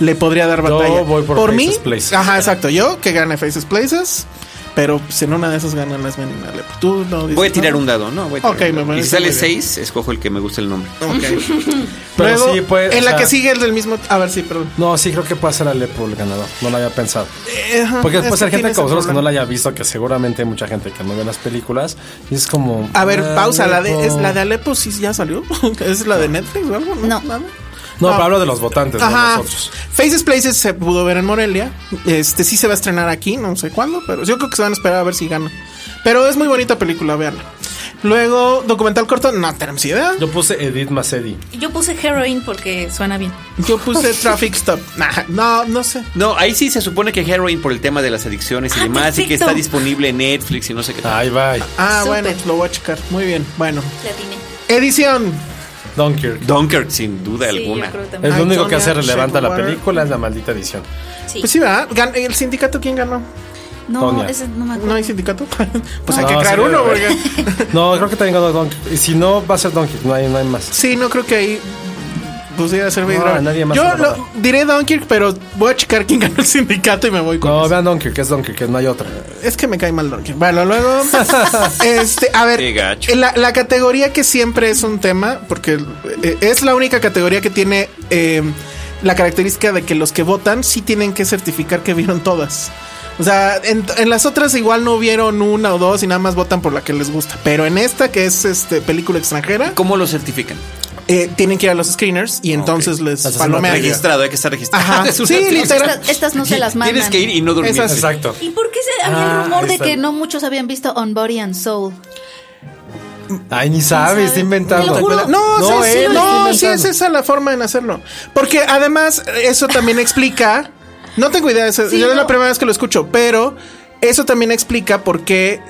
B: le podría dar
A: Yo
B: batalla.
A: voy por Faces
B: mí,
A: Places.
B: ajá, exacto. Yo que gane Faces Places, pero si en una de esas ganan las Meninale. Tú no dices
E: Voy a tirar
B: nada.
E: un dado, ¿no? Voy a tirar
B: Ok,
E: un
B: me
E: dado.
B: parece
E: Y si sale
B: muy bien.
E: seis, escojo el que me gusta el nombre.
A: Pero
B: Luego,
A: sí, pues.
B: en
A: o
B: la
A: sea,
B: que sigue el del mismo. A ver, sí, perdón.
A: No, sí, creo que puede ser Alepo el ganador. No lo había pensado.
B: Eh, ajá,
A: Porque
B: es
A: después
B: que
A: hay gente
B: tiene
A: como
B: ese
A: nosotros que no
B: problema.
A: la haya visto, que seguramente hay mucha gente que no ve las películas. Y es como.
B: A ver, pausa. La de, es,
A: Alepo.
B: la de Alepo sí ya salió. ¿Es la de Netflix o algo?
C: No.
A: No,
B: No.
A: pero hablo de los votantes, no
B: Ajá.
A: nosotros.
B: Faces Places se pudo ver en Morelia. Este sí se va a estrenar aquí, no sé cuándo, pero yo creo que se van a esperar a ver si gana. Pero es muy bonita película, veanla. Luego, documental corto, no tenemos idea.
A: Yo puse Edith Macedi.
C: Yo puse heroin porque suena bien.
B: Yo puse Traffic Stop. Nah, no, no sé.
E: No, ahí sí se supone que Heroin por el tema de las adicciones y
C: Ah,
E: demás, y que
C: perfecto.
E: está disponible en Netflix y no sé qué. tal.
A: Ahí va.
B: Ah,
C: Súper.
B: bueno, lo voy a checar. Muy bien, bueno.
C: Latine.
B: Edición.
A: Dunkirk.
E: Dunkirk, sin duda
C: Sí,
E: alguna.
C: yo creo también.
A: Es lo único que
B: Antonia
A: hace relevante a la
B: Shepard.
A: película es la maldita edición.
C: Sí.
B: Pues sí, ¿verdad? Gan- ¿El sindicato quién ganó?
C: no,
A: Tonya.
C: ese no me acuerdo.
B: ¿No hay sindicato? pues hay
A: No,
B: que crear
A: sí,
B: uno,
A: debe
B: porque...
A: haber. No, creo que también ganó Dunkirk. Y si no, va a ser Dunkirk. No hay, no hay más.
B: Sí, no creo que ahí pudiera ser Blade
A: No,
B: Runner.
A: nadie más
B: Yo
A: lo va a
B: lo-
A: ganar.
B: diré Dunkirk, pero voy a checar quién ganó el sindicato y me voy con
A: No,
B: eso.
A: vean Dunkirk, es Dunkirk, no hay otra.
B: Es que me cae mal Dunkirk. Bueno, luego. este, a
E: Qué
B: ver.
E: gacho.
B: La, la categoría que siempre es un tema, porque eh, es la única categoría que tiene eh, la característica de que los que votan sí tienen que certificar que vieron todas. O sea, en, en las otras igual no vieron una o dos y nada más votan por la que les gusta. Pero en esta, que es este película extranjera,
E: ¿Cómo lo certifican? Ah,
B: eh, tienen que ir a los screeners y entonces les
A: Las hacen
B: palomean.
E: Registrado, hay que estar registrado.
B: Ajá.
E: Es una-
B: Sí, literal.
C: Estas, estas no se las mandan.
E: Tienes que ir y no dormir.
B: Esas-
A: Exacto.
C: ¿Y por qué se, había
A: Ah,
C: el rumor
A: ahí
C: de
A: está.
C: que no muchos habían visto On Body and Soul?
A: Ay, ni sabes, está inventando.
C: Te lo juro. ¿eh?
B: No,
A: No,
B: sí,
A: él
B: sí,
A: lo
B: no,
C: Oh,
A: está
B: sí es
A: inventando.
B: esa la forma en hacerlo. Porque además, eso también explica. No tengo idea, de eso,
C: Sí,
B: yo es la
C: no.
B: primera vez que lo escucho, pero eso también explica por qué.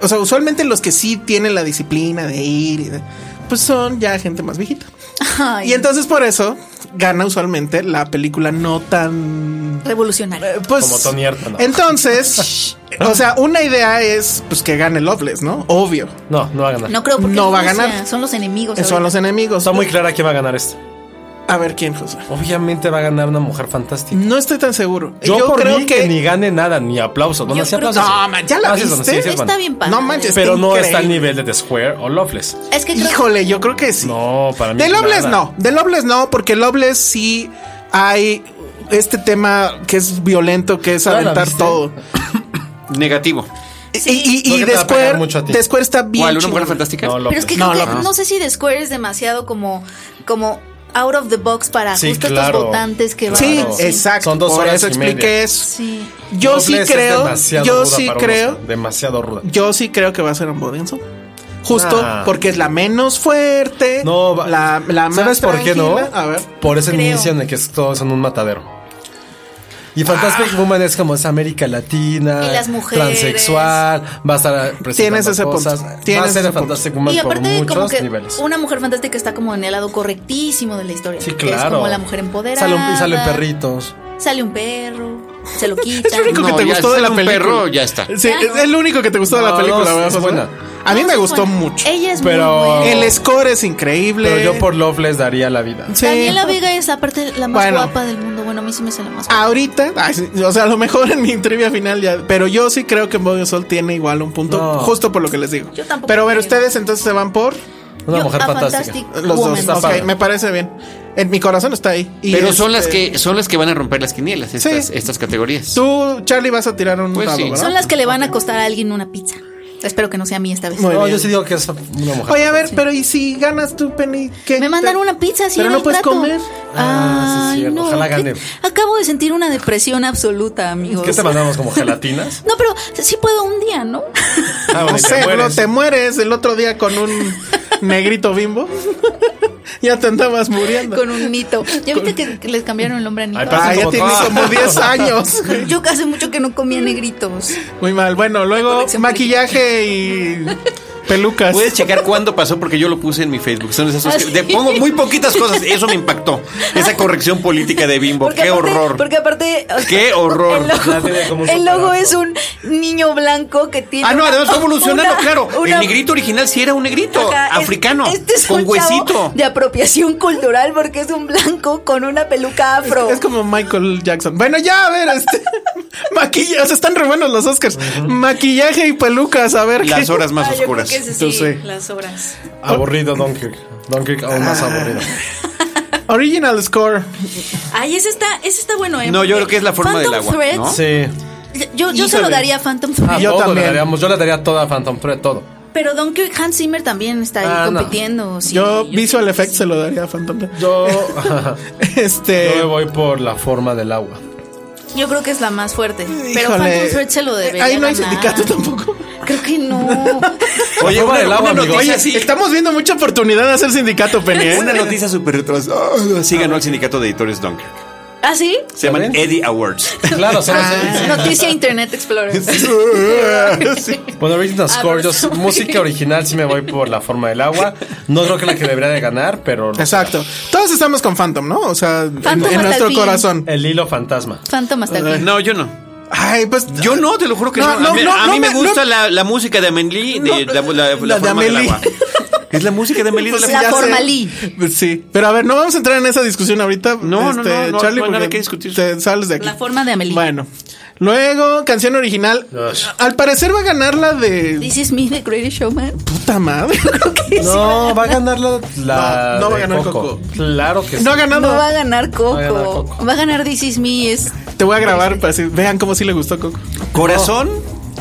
B: O sea, usualmente los que sí tienen la disciplina de ir, y de- pues son ya gente más viejita.
C: Ay,
B: Y entonces por eso gana usualmente la película no tan.
C: revolucionario.
B: eh, Pues,
A: Como Tony Erdmann.
B: Entonces, eh, o sea, una idea es pues que gane Loveless, ¿no? Obvio.
A: No, no va a ganar.
C: No creo porque
B: No va a
C: Rusia,
B: ganar. Eh,
C: Son los enemigos.
B: Son los
C: ahorita.
B: enemigos.
A: Está muy clara quién va a ganar esto.
B: A ver quién, José.
A: Obviamente va a ganar una mujer fantástica.
B: No estoy tan seguro.
A: Yo, por creo que... ni gane nada, ni aplausos. Bueno,
C: Yo
A: sí
C: creo-
A: aplausos.
B: No, man, ¿ya la
A: Ah, sí, bueno,
B: viste?
A: sí, sí, es
C: Está
A: bueno.
C: bien padre.
B: No manches.
A: Pero no
B: Increíble.
A: está al nivel de The Square o Loveless.
C: Es que creo
B: Híjole, yo creo que sí.
A: No, para mí
B: De Lobles
A: nada.
B: no. De Lobles no, porque Lobles sí hay este tema que es violento, que es
A: ¿Ya la
B: aventar
A: viste?
B: todo.
E: Negativo.
B: Y, y, y
A: Creo que te
B: de
A: va a pegar
B: Square-
A: mucho a ti.
B: de Square está bien.
E: ¿Cuál? ¿Una mujer
B: chingona.
E: fantástica?
A: No, Loveless.
C: Pero es que
B: No,
C: creo
B: lo-
C: que, no sé si The Square es demasiado como, como out of the box para
A: Sí,
C: justo
A: claro.
C: estos votantes que van.
B: Sí,
A: Claro.
B: exacto.
A: Son dos
B: Por
A: horas
B: eso
A: y media.
B: expliqué eso.
C: Sí.
B: Yo
A: Loveless
B: sí
A: es
B: creo.
A: demasiado
B: Yo
A: ruda
B: sí
A: para un
B: creo.
A: Oscar, demasiado ruda.
B: Yo sí creo que va a ser un Bodinson. Justo
A: Ah.
B: porque es la menos fuerte.
A: No, va-
B: la, la más
A: ¿sabes por qué no?
B: tranquila. A ver.
A: Por ese
C: Creo.
A: inicio en el que es- todos en un matadero. Y Fantastic
B: Ah.
A: Woman es como es América Latina,
C: Y las mujeres.
A: transexual, va a estar presentando
B: Tienes ese punto.
A: cosas. va
B: Tienes
A: a ser
B: ese
A: el Fantastic Woman
C: Y
A: por
C: aparte,
A: muchos
C: como que
A: niveles.
C: una mujer fantástica está como en el lado correctísimo de la historia.
A: Sí,
C: que es
A: claro.
C: como la mujer empoderada.
A: Sale un, y salen perritos.
C: Sale un perro. Se lo quita.
B: Es lo único
E: No,
B: que te
E: ya,
B: gustó
E: si
B: de la
E: sale un
B: película.
E: perro, ya está.
B: Sí, es el único que te gustó de la
A: No,
B: película,
A: no,
B: ¿verdad,
A: es
B: José?
A: buena.
B: A mí
C: No,
B: me
C: sí,
B: gustó
C: bueno,
B: mucho.
C: Ella es
A: Pero-
C: muy buena.
B: El score es increíble.
A: Pero yo por Love les daría la vida.
B: Sí.
C: Daniela Vega es aparte la más
B: Bueno.
C: guapa del mundo. Bueno, a mí sí me sale más guapa.
B: Ahorita, ay, sí, o sea, a lo mejor en mi trivia final ya, pero yo sí creo que Body Sol tiene igual un punto,
A: No.
B: justo por lo que les digo.
C: Yo tampoco
B: Pero a ver,
C: creo.
B: ustedes entonces se van por
A: Ah, Una
C: Yo
A: mujer
C: a
A: fantástica.
C: Fantastic
B: los
C: Woman.
B: dos.
A: Está
B: Ok,
A: padre.
B: me parece bien. En mi corazón está ahí. Y
E: Pero son las
B: este,
E: que son las que van a romper las quinielas, estas,
B: Sí.
E: estas categorías.
B: Tú, Charlie, vas a tirar un
E: Pues
B: dado,
E: sí.
B: ¿verdad?
C: Son las que le van a costar a alguien una pizza. Espero que no sea a mí esta vez.
B: Muy
A: No,
B: bien.
A: yo sí digo que es una mujer.
B: Oye, a ver, pero ¿y si ganas tú, Penny? ¿Qué
C: Me mandan
B: te-
C: una pizza así
B: Pero
C: en
B: no
C: el
B: puedes
C: plato.
B: comer.
A: Ah, sí es
C: Ay,
A: cierto.
C: no,
A: Ojalá
C: ¿qué-
A: gane.
C: Acabo de sentir una depresión absoluta, amigos.
A: ¿Qué te mandamos como gelatinas?
C: No, pero sí puedo un día, ¿no?
A: Ah, bueno,
B: No
A: y te
B: sé, no
A: mueres.
B: te mueres el otro día con un negrito bimbo. ya te andabas muriendo.
C: Con un nito. ¿Ya viste que que les cambiaron el nombre a nito?
A: Ay,
B: Ah, ya
A: Como
B: tienes
A: todas.
B: como 10 años.
C: Yo hace mucho que no comía negritos.
B: Muy mal. Bueno, luego
C: Colección
B: maquillaje y pelucas.
E: Puedes checar cuándo pasó porque yo lo puse en mi Facebook. Son esas cosas que- le pongo muy poquitas cosas. Eso me impactó. Esa corrección política de Bimbo. Qué
C: aparte-
E: horror.
C: Porque aparte. o sea,
E: Qué horror.
C: El logo,
A: Ya tiene como un
C: el logo
A: superazo.
C: es un niño blanco que tiene.
E: Ah, no,
C: una-
E: además fue evolucionando,
C: una-
E: claro.
C: una-
E: el negrito original sí era un negrito
C: Ajá, es-
E: africano,
C: este es
E: con
C: un chavo
E: huesito.
C: De apropiación cultural porque es un blanco con una peluca afro.
B: Es como Michael Jackson. Bueno, ya, a ver, este. maquillaje. O sea, están re buenos los Oscars. Maquillaje y pelucas, a ver.
E: Las
B: qué-
E: horas más
C: Ah, yo
E: oscuras.
C: creo que ese
B: Yo
C: sí,
B: sé.
C: las obras.
A: Aburrido Dunkirk. Dunkirk aún más
B: Ah,
A: aburrido.
B: Original score.
C: Ay, ese está, ese está bueno, ¿eh?
E: No, yo
C: Porque
E: creo que es la forma
C: Phantom
E: del agua,
C: Thread,
E: ¿no?
A: Sí.
C: Yo, yo se lo
B: Híjole.
C: daría a Phantom
A: Ah,
C: Thread.
B: Yo
A: todo le
B: también.
A: daríamos- yo le daría toda a Phantom Thread, todo.
C: Pero Dunkirk Hans Zimmer también está ahí
A: Ah, no.
C: compitiendo. sí,
B: yo, Visual
C: creo que
B: Effects se lo daría a Phantom. Thread.
A: Yo,
B: Este.
A: yo me voy por la forma del agua.
C: sí. Yo creo que es la más fuerte. Pero
B: híjole.
C: Phantom Thread se lo debería
B: Ahí no hay
C: ganar.
B: sindicato tampoco.
C: Creo que que no.
E: Oye,
A: Prueba
E: una,
A: del agua,
E: una
A: amigo.
E: noticia
B: Oye,
E: así.
B: estamos viendo mucha oportunidad de hacer sindicato, Penny. ¿eh?
E: Una noticia súper retrasada. Así ganó el sindicato de editores Dunkirk.
C: ¿Ah, sí? Ah.
E: Se llaman Eddie Awards.
A: Claro, son los-
C: Noticia Internet Explorer.
B: Sí.
A: Bueno, Original Score, yo-
C: sorry.
A: música original, sí me voy por la forma del agua. No creo que la que debería de ganar, pero
B: Exacto. Todos estamos con Phantom, ¿no? O sea, en-
C: Phantom
B: en,
C: hasta
B: nuestro
C: el fin.
B: corazón.
A: el hilo fantasma.
C: Phantom hasta aquí.
E: No, yo no.
B: Ay, pues
E: Yo no, te lo juro que
B: No,
E: no.
B: no,
E: a mí,
B: no,
E: a
B: no
E: mí me
B: me-
E: gusta
B: no-
E: la, la música de Amelie, de, la,
B: No,
E: la- la
B: la de
E: forma del
B: Amélie.
E: agua. Es la música de Amelie. de
B: Pues
E: la
C: la
B: ya sé.
C: formalí.
B: Pues Sí, pero a ver, no vamos a entrar en esa discusión ahorita. Este,
E: No, no, no, no,
B: Charlie,
E: no hay nada
B: porque
E: que discutir.
B: Te sales de aquí.
C: La forma de Amelie.
B: Bueno, luego canción original.
A: Dios.
B: Al parecer va a ganar la de
C: This is me, the greatest showman.
B: puta madre.
A: No, va a ganar la. la
B: No, no va a
A: de
B: ganar Coco.
A: Claro que sí.
B: No ha ganado.
C: No va a ganar Coco.
A: a ganar Coco.
C: Va a ganar This is me. Es...
B: Te voy a grabar para decir, vean cómo sí le gustó Coco. Oh.
E: Corazón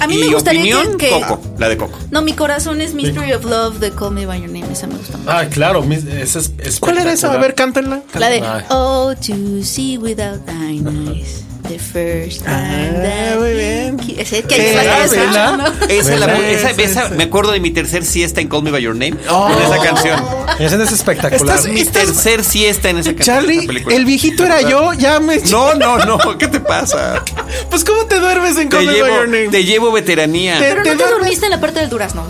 C: A mí
E: y
C: me gustaría que-
E: opinión,
C: que-
E: Coco. La de Coco.
C: No, mi corazón es Mystery of Love de Call Me By Your Name. Esa me gusta mucho.
A: Ah, claro, mis- esa es, es
B: ¿Cuál era esa? A ver, cántenla.
C: La de
A: Ay.
C: Oh, to see without thine eyes. The first time
B: Ah,
C: that
B: muy
C: you
B: bien.
C: ki- Ese- que
B: Sí,
C: es la-
B: ¿verdad?
C: esa,
A: ¿Verdad? Eh.
C: ¿no?
E: Esa, la-
A: Sí,
E: esa-
B: sí,
E: esa-
B: sí.
E: me acuerdo de mi tercer siesta en Call Me By Your Name.
B: Oh.
E: En esa canción.
A: Esa es espectacular.
B: Estás-
E: Mi
B: Estás-
E: tercer siesta en esa canción. en
B: Charlie,
E: esa película.
B: el viejito era yo, ya me.
E: No, no, no. ¿Qué te pasa?
B: Pues, ¿cómo te duermes en
E: Te
B: Call Me By Your
E: llevo,
B: Name?
E: te llevo veteranía.
B: Te-
C: Pero no te
B: duermes-
C: dormiste en la parte del durazno.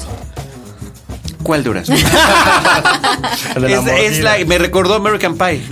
E: ¿Cuál duras?
A: El de la
E: Es, es
A: mordida.
E: la, me recordó American Pie.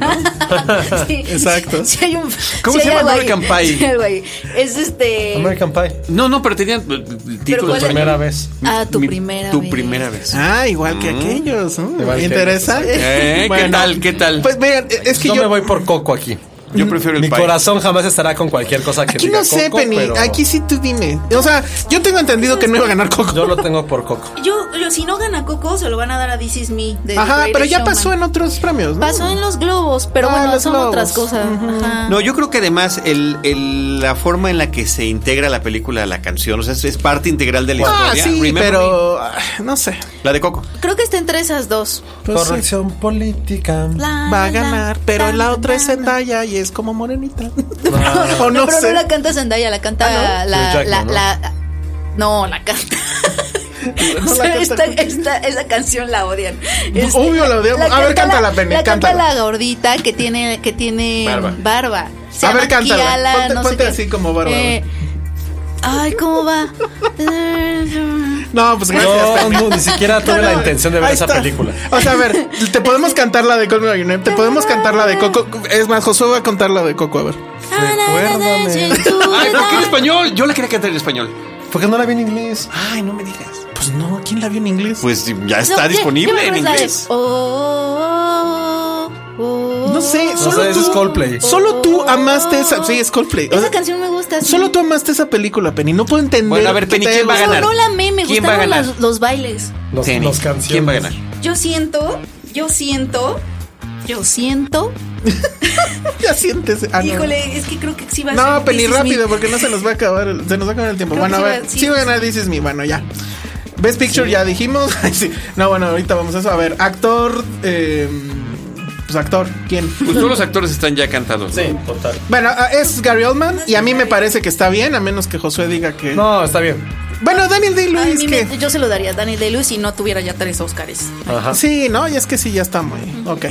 C: Sí.
B: Exacto.
C: Sí hay un-
E: ¿Cómo se
C: sí hay
E: llama
C: algo ahí.
E: American Pie?
C: Sí hay algo ahí. Es este.
A: American Pie.
E: No, no, pero tenía eh, título.
C: cuál
E: español.
A: Primera vez.
C: Ah, tu
E: Mi-
C: primera
E: Tu
C: vez.
E: primera vez.
B: Ah, igual que aquellos. ¿no?
A: Igual
B: ¿Me
A: que
B: interesa?
E: Eh, ¿qué tal? ¿Qué tal?
B: Pues vean, es que
A: yo,
B: yo.
A: me voy por Coco aquí.
E: Yo prefiero el
A: Mi
E: pie.
A: corazón jamás estará con cualquier cosa que
B: Aquí
A: diga
B: no sé,
A: Coco,
B: Penny.
A: pero
B: Aquí sí tú dime. O sea, yo tengo entendido que no iba a ganar Coco.
A: Yo lo tengo por Coco.
C: Ah, Yo, yo- si no gana Coco, se lo van a dar a This Is Me. de
B: Ajá,
C: The
B: pero
C: Greatest
B: ya pasó
C: Showman.
B: en otros premios, ¿no?
C: Pasó en los globos, pero
B: Ah,
C: bueno,
B: los
C: son
B: globos.
C: otras cosas. Ajá.
E: No, yo creo que además el, el- la forma en la que se integra la película a la canción, o sea, es, es parte integral de la
B: Ah,
E: historia.
B: sí,
E: Remember Me,
B: pero. ah, No sé.
E: La de Coco.
C: Creo que está entre esas dos.
B: Pues sí.
A: Corrección política.
C: La,
B: Va a
C: la,
B: ganar,
C: la,
B: pero la otra es
C: la, la.
B: Zendaya y es como morenita. o no
C: No, pero no
B: sé. Ah,
C: la canta Zendaya, la canta
A: ¿no?
C: la,
A: Hugh Jackman,
C: la,
A: ¿no?
C: la- no, la canta.
B: No la
C: O sea,
B: canta
C: esta-
B: Hugh Jackman.
C: esta- esa canción la odian. Este,
B: Obvio la odiamos. A ver, cántala, Penny,
C: La canta
B: cántala.
C: la gordita que tiene, que tiene
E: Barba.
C: barba. Se
B: A ver,
C: llama
B: cántala.
C: Kiala,
B: Ponte-
C: no sé
B: ponte
C: qué.
B: así como barba,
C: Eh, ay, ¿cómo va?
B: No, pues gracias.
A: Yo
B: Penny.
A: no, ni siquiera tuve la intención de ver
B: Ahí
A: esa
B: está.
A: película.
B: O sea, a ver, te podemos cantar la de Call Me By Your Name, te podemos cantar la de Coco. Es más, Josué va a contar la de Coco, a ver.
A: Recuérdame.
E: Ay, no, que en español. Yo la quería cantar en español.
A: ¿Por qué no la vi en inglés?
E: Ay, no me digas.
B: Pues no, ¿quién la vio en inglés?
E: Pues ya
C: No,
E: está
C: ya- yo
E: disponible
C: me
E: en
C: acuerdo de-
E: inglés.
C: Oh, oh, oh,
B: No sé,
C: oh.
B: solo
A: sea, ese
B: tú.
A: es Coldplay.
B: Solo tú amaste esa. Sí, es Coldplay. O
C: Esa
B: sea,
C: canción me gusta. sí.
B: Solo tú amaste esa película, Penny. No puedo entender.
E: Bueno, a ver,
B: que
E: Penny,
B: te haya
E: ¿quién va a
C: No,
B: gustado.
E: ganar?
C: no la amé, me
E: ¿Quién va a
C: gustaron
E: ganar?
C: los, los bailes.
A: Los,
E: Tenis.
A: los canciones.
E: ¿Quién va a ganar?
C: Yo siento, yo siento, yo siento.
B: Ya siéntese. Ah, no.
C: Híjole, es que creo que sí va a ser.
B: No, Penny,
C: This Is
B: rápido,
C: Me.
B: porque no se nos va a acabar. el- Se nos va a acabar el tiempo.
C: Creo
B: bueno, a
C: que sí
B: ver.
C: va- sí,
B: Sí, va a
C: sí.
B: ganar This Is Me. Bueno, ya. Best Picture ya dijimos. Ay, sí. No, bueno, ahorita vamos a eso. A ver, actor. eh, pues actor, ¿quién?
E: Pues todos los actores están ya cantados. ¿no?
A: Sí, total.
B: Bueno, ah, es Gary Oldman y a mí me parece que está bien, a menos que Josué diga que.
A: No, está bien.
B: Bueno, Daniel Day
C: Ay,
B: Lewis
C: mi
B: que.
C: mente, yo se lo daría a Daniel Day-Lewis si no tuviera ya tres Óscares.
A: Ajá.
B: Sí, no, y es que sí, ya está muy. Ok.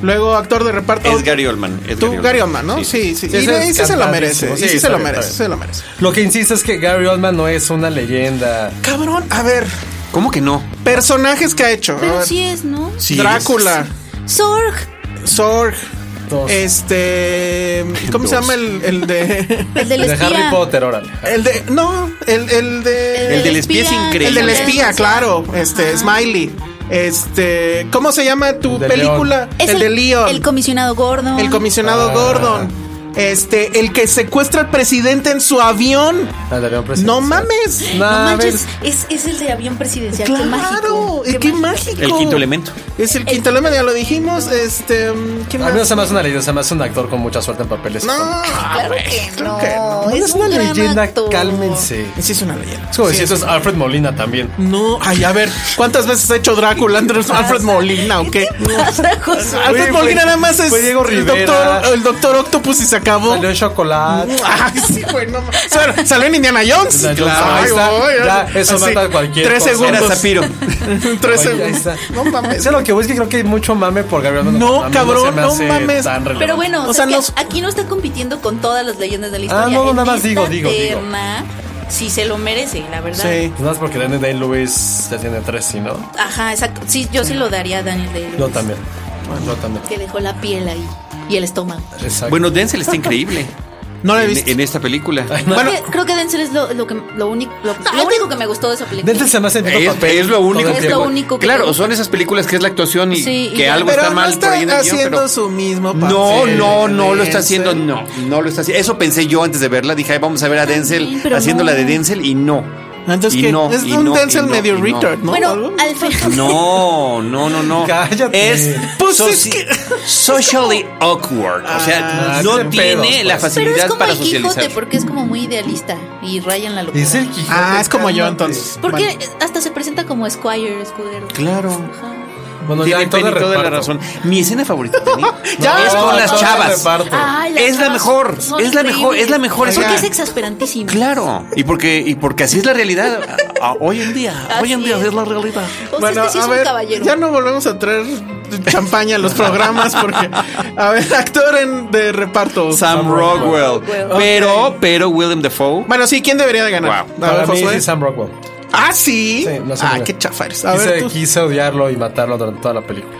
B: Luego, actor de reparto.
E: Es Gary Oldman. es
B: Tú, Gary Oldman, ¿no? Sí, sí.
A: Sí,
B: y
A: ese
B: de- y
A: es
B: sí se lo merece.
A: cantadísimo.
B: y
A: Sí,
B: Sí, se
A: está
B: lo
A: bien,
B: merece,
A: está
B: se
A: bien.
B: lo merece.
A: Lo que insisto es que Gary Oldman no es una leyenda.
B: Cabrón, a ver,
E: ¿Cómo que no?
B: personajes que ha hecho. A
C: Pero
B: ver,
C: sí es, ¿no?
E: Sí,
B: Drácula,
C: Sorg.
B: Zorg,
A: Dos.
B: este. ¿Cómo se
E: Dos.
B: llama el, el de.
C: El del
A: de
C: espía.
A: Harry Potter, órale.
B: El de. No, el, el de.
E: El del espía es
B: El
E: increíble.
B: del espía, claro. Este, Smiley. Este. ¿Cómo se llama tu
A: El de
B: película?
A: León.
C: Es
B: el, de Leon.
C: El comisionado Gordon.
B: El comisionado
A: Ah.
B: Gordon. Este, el que secuestra al presidente en su avión.
A: Ah, la habían
B: No
A: presentado.
B: mames.
C: No
A: Nah, a ver,
C: manches, es, es el de avión presidencial.
B: claro,
C: Qué mágico.
B: eh, qué, mágico.
E: El quinto elemento.
B: Es el quinto elemento, ya lo dijimos. Este, mm, ¿qué
A: A
B: más?
A: mí no se me hace una leyenda, se me hace un actor con mucha suerte en papeles.
B: No,
C: Claro
B: güey,
C: que
B: creo
C: no.
B: que no.
C: Es,
A: es una
C: un gran
A: leyenda,
C: actor.
A: cálmense.
B: Sí, es una leyenda.
A: Es como decir,
B: Sí,
A: eso es Alfred Molina también.
B: No, ay, a ver, ¿cuántas veces ha hecho Drácula Andrés Alfred Molina o qué?
C: Pasa, Josué.
B: Alfred
A: Oye,
B: Molina
A: fue-
B: nada más es
A: fue Diego
B: el
A: Rivera.
B: doctor, el doctor Octopus y se acabó.
A: Salió en chocolate.
B: Ay, sí, güey, no mames. Sal- Salió en Indiana Jones.
A: Indiana Jones, ahí está. Ya, eso mata cualquier
B: Tres
A: cosa.
B: segundos.
E: Era Zapiro.
B: Tres
A: Oye, ahí está.
B: segundos. No mames.
A: Eso es lo que voy, es que creo que hay mucho mame por Gabriel. Orozco
B: No,
A: Fernández,
B: cabrón,
A: se me
B: no
A: hace
B: mames.
A: tan relevante.
C: Pero bueno,
B: O
C: o
B: sea,
C: sea, es que
B: los-
C: aquí no está compitiendo con todas las leyendas de la historia.
A: no, no,
C: En
A: nada más
C: esta
A: digo, digo, digo.
C: terna, Sí se lo merece, la verdad.
B: Sí.
A: Nada más porque Daniel Day-Lewis ya tiene tres, ¿sí, no?
C: Ajá, exacto. Sí, yo sí lo daría a Daniel Day.
A: Yo también. Yo también.
C: Que dejó la piel ahí y el estómago.
A: Exacto.
E: Bueno, Denzel está increíble.
B: No la he
E: En-
B: visto.
E: En esta película.
C: Creo que- creo que Denzel es lo, lo que lo único lo, lo único que me gustó de esa película.
A: Denzel se me hace el mismo
E: Es,
A: papel
E: es lo
A: todo
E: único
A: el
E: que
C: Es lo
A: tiempo.
C: único que
E: Claro,
C: tengo.
E: son esas películas que es la actuación y
C: Sí, y
E: que
C: ya.
E: algo
B: Pero
E: está
B: no
E: mal
B: está
E: por ahí en el guión,
B: haciendo
E: pero-
B: su mismo papel.
E: No, no, no lo está
B: Denzel.
E: haciendo, no, no lo está haciendo. Eso pensé yo antes de verla, dije, "Ay, vamos a ver a Denzel
C: pero
E: haciendo
C: no.
E: la de Denzel y no.
B: Entonces,
E: Y
B: ¿qué?
E: no,
B: es
E: y
B: un
E: no,
B: Denzel
E: y no,
B: medio
E: y no.
B: retard, ¿no?
C: Bueno, al final
E: No, no, no, no.
A: Cállate.
E: Es,
B: Pues es
E: soci-
B: que-
E: socially awkward. O sea,
A: Ah,
E: no
A: sí, en
E: tiene
A: pedos,
E: la
A: pues.
C: Pero es
E: facilidad
C: como
E: para
C: el Quijote
E: socializar.
C: porque es como muy idealista y raya en la locura.
A: Es el Quijote.
B: Ah, es como yo
A: cálmate.
B: entonces.
C: Porque
B: Bueno.
C: hasta se presenta como Esquire, escudero.
E: Claro.
C: Ajá.
A: Bueno, ya
E: Tiene
A: hay todo
E: Penny
A: el
E: toda la
A: reparto.
E: razón. Mi escena favorita Penny,
B: Ya,
E: es con
B: no,
E: las
A: todo el
E: chavas.
A: reparto.
C: Ay, las
E: Ah, Es la
C: chavas
E: mejor,
C: son
E: es la mejor, es la mejor
C: Porque
E: escena.
C: es exasperantísimo.
E: Claro, y porque y porque así es la realidad a- a- hoy en día, hoy en
C: Así
E: día
C: es.
E: es la realidad.
C: O sea,
B: Bueno,
C: es que sí
B: a
C: es un
B: ver,
C: caballero.
B: ya no volvemos a traer champaña a los programas porque, a ver, actor en- de reparto.
E: Sam Rockwell,
C: Rockwell.
E: pero pero Willem Dafoe.
B: Bueno, sí, ¿quién debería de ganar?
E: Wow.
B: A
A: Para
B: ver,
A: mí
B: Josué.
A: es Sam Rockwell.
B: Ah, sí.
A: Sí, no sé
B: ah,
A: por qué.
B: qué chafa eres. A ver,
A: Quise,
B: tú.
A: quise odiarlo y matarlo durante toda la película.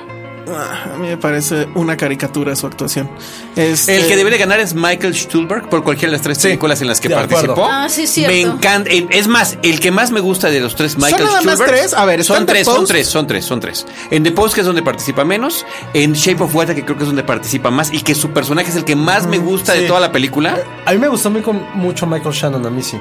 B: Ah, a mí me parece una caricatura su actuación. Este-
E: El que debería ganar es Michael Stuhlberg por cualquiera de las tres películas en las que
A: de acuerdo.
E: participó.
C: Ah, sí, es cierto.
E: Me encanta. el- Es más, el que más me gusta de los tres Michael
B: nada más
E: Stuhlberg-
B: tres? A ver, ¿está
E: son
B: en The
E: tres, son
B: Post?
E: tres, son tres, son tres. En The Post, que es donde participa menos. En Shape of Water, que creo que es donde participa más. Y que su personaje es el que más
B: Mm.
E: me gusta de
A: sí.
E: toda la película.
A: A mí me gustó muy con- mucho Michael Shannon, a mí sí.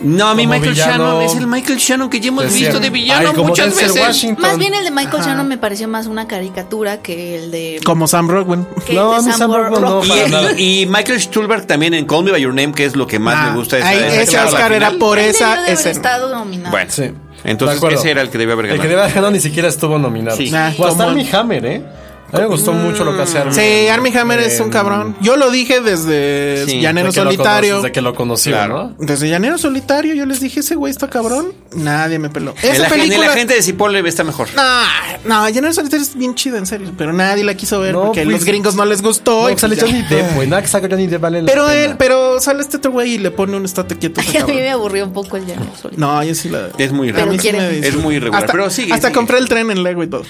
E: No, a mí
A: Como
E: Michael
A: villano.
E: Shannon es el Michael Shannon que ya hemos
A: Es
E: visto
A: cierto.
E: de villano
A: Ay, como
E: muchas
A: Denzel
E: veces.
A: Washington.
C: Más bien el de Michael Shannon me pareció más una caricatura que el de.
B: Como Sam Rockwell.
C: que
A: No,
C: el
A: a
C: de
A: mí Sam Rockwell no,
C: Rock-
E: Y,
A: para nada.
E: y- y Michael Stuhlberg también en Call Me By Your Name, que es lo que más
B: Ah,
E: me gusta. de esa-
B: ahí,
E: de esa
B: ese
E: película.
B: Oscar era por
C: Él debió de
B: esa
C: haber
B: escena.
C: estado nominado.
E: Bueno,
A: Sí. De
E: entonces
A: acuerdo.
E: ese era el que debía haber
A: El
E: ganado.
A: que debía haber ganado ni siquiera estuvo nominado.
E: Sí.
B: Ah,
A: O hasta
B: como-
A: Armie Hammer, ¿eh? A mí me gustó mucho lo que hace Armie.
B: Sí, Armie Hammer es un
A: Em,
B: cabrón. Yo lo dije desde
E: Sí,
B: Llanero
A: de que lo
B: Solitario.
A: conoces, de que lo conocí,
E: Claro.
A: ¿no?
B: Desde Llanero Solitario yo les dije, ese güey está cabrón. Nadie me peló. Esa
E: la, gente-
B: película...
E: la gente de Cipolle está mejor.
B: No, no, Llanero Solitario es bien chido, en serio. Pero nadie la quiso ver
A: No,
B: porque
A: pues-
B: los gringos no les
A: No,
B: gustó. y
A: que sale
B: pues
A: Johnny
B: ya.
A: Depp, güey. Nada que saca Johnny Depp vale la
B: Pero
A: pena.
B: él, pero sale este otro güey y le pone un estate quieto. ese
C: Ay, a mí
B: cabrón.
C: me aburrió un poco el de Solitario.
B: No, yo sí la.
E: Es muy
B: a mí
E: raro.
C: Pero
B: sí
C: quieren.
B: me disfruto.
E: Es muy irregular,
B: Hasta,
E: pero sigue,
B: hasta
E: sigue.
B: compré el tren en Lego y todo.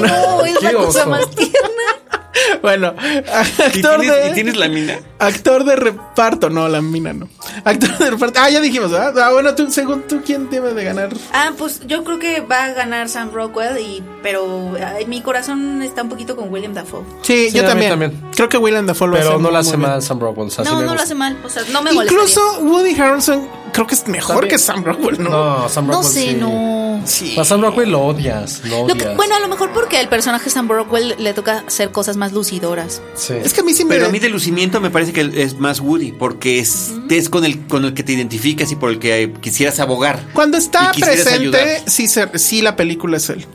C: no, es la
A: qué
C: cosa
A: oso.
C: más tierna.
B: bueno,
E: ¿Y
B: actor
E: tienes,
B: de.
E: y tienes la mina?
B: Actor de reparto, no, la mina no. Actor de reparto. Ah, ya dijimos, ¿verdad? Ah, bueno, tú, según tú, ¿quién debe de ganar?
C: Ah, pues yo creo que va a ganar Sam Rockwell, y, pero ay, mi corazón está un poquito con William Dafoe.
B: Sí,
A: Sí,
B: yo
A: a mí
B: también.
A: también.
B: Creo que Willem Dafoe lo hace.
A: Pero no
B: muy
A: la hace
B: bien.
A: mal Sam Rockwell. O sea, sí
C: no,
A: me
C: no lo
A: gusta.
C: hace mal, o sea, no me molesta.
B: Incluso Woody Harrelson creo que es mejor
A: También.
B: que Sam Rockwell, ¿no?
A: No, Sam
C: No
A: Rockwell
C: sé,
A: sí.
C: no.
B: Sí.
A: A Sam Rockwell lo odias, lo
C: Lo
A: odias.
C: que- bueno, a lo mejor porque el personaje Sam Rockwell le toca hacer cosas más lucidoras.
A: Sí.
B: Es que a mí sí me.
E: Pero a mí de lucimiento me parece que es más Woody, porque es, es con, el, con el que te identificas y por el que eh, quisieras abogar.
B: Cuando está
E: Y quisieras
B: presente,
E: ayudar.
B: sí, se- sí la película es él.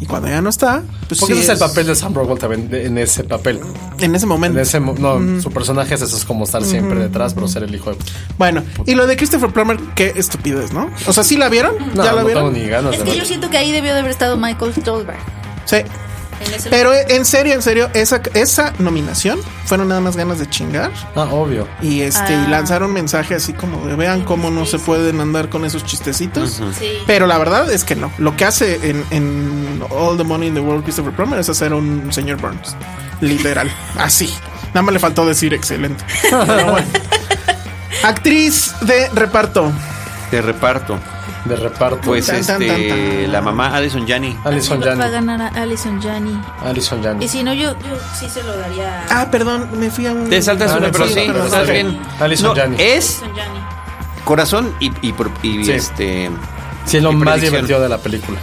B: Y cuando ya no está, pues
A: Porque
B: sí
A: ese es el papel de Sam Rockwell también, de- en ese papel.
B: En ese momento.
A: En ese, mo- no, su personaje es eso, es como estar siempre detrás, pero ser el hijo de...
B: Bueno, y lo de Christopher Plummer, qué estupidez, ¿no? O sea, ¿sí la vieron?
A: No,
B: ¿Ya la
A: no tengo
B: vieron?
A: ni ganas
C: Es
A: de
C: que yo
A: verlo.
C: siento que ahí debió de haber estado Michael Stolberg.
B: Sí.
C: en ese
B: Pero eh, en serio, en serio, esa, esa nominación fueron nada más ganas de chingar.
A: Ah, obvio.
B: Y este, y lanzaron mensaje así como de vean cómo no se pueden andar con esos chistecitos.
C: Sí.
B: Pero la verdad es que no. Lo que hace en, en All the Money in the World Christopher Plummer es hacer un señor Burns. Literal. Así. Nada más le faltó decir excelente. Pero bueno. Actriz de reparto.
E: Te reparto.
A: De reparto.
E: Pues
B: Tan, tan,
E: este,
B: tan, tan.
E: la mamá Alison Janney.
A: Alison
C: Va a
A: Janney.
C: ganar a Alison Janney.
A: Alison Janney.
C: Y si no, yo, yo sí se lo daría a
B: Ah, perdón, me fui a un.
E: Te saltas
A: Ah,
E: una,
A: no,
E: pero
A: sí,
E: sí,
A: pero
E: estás
A: sí.
E: bien.
A: Alison
E: No,
A: Janney.
E: Es
C: Alison Janney.
E: corazón y, y pro- y,
A: Sí.
E: este.
A: Sí, es lo
E: Mi
A: más
E: predicción.
A: divertido de la película.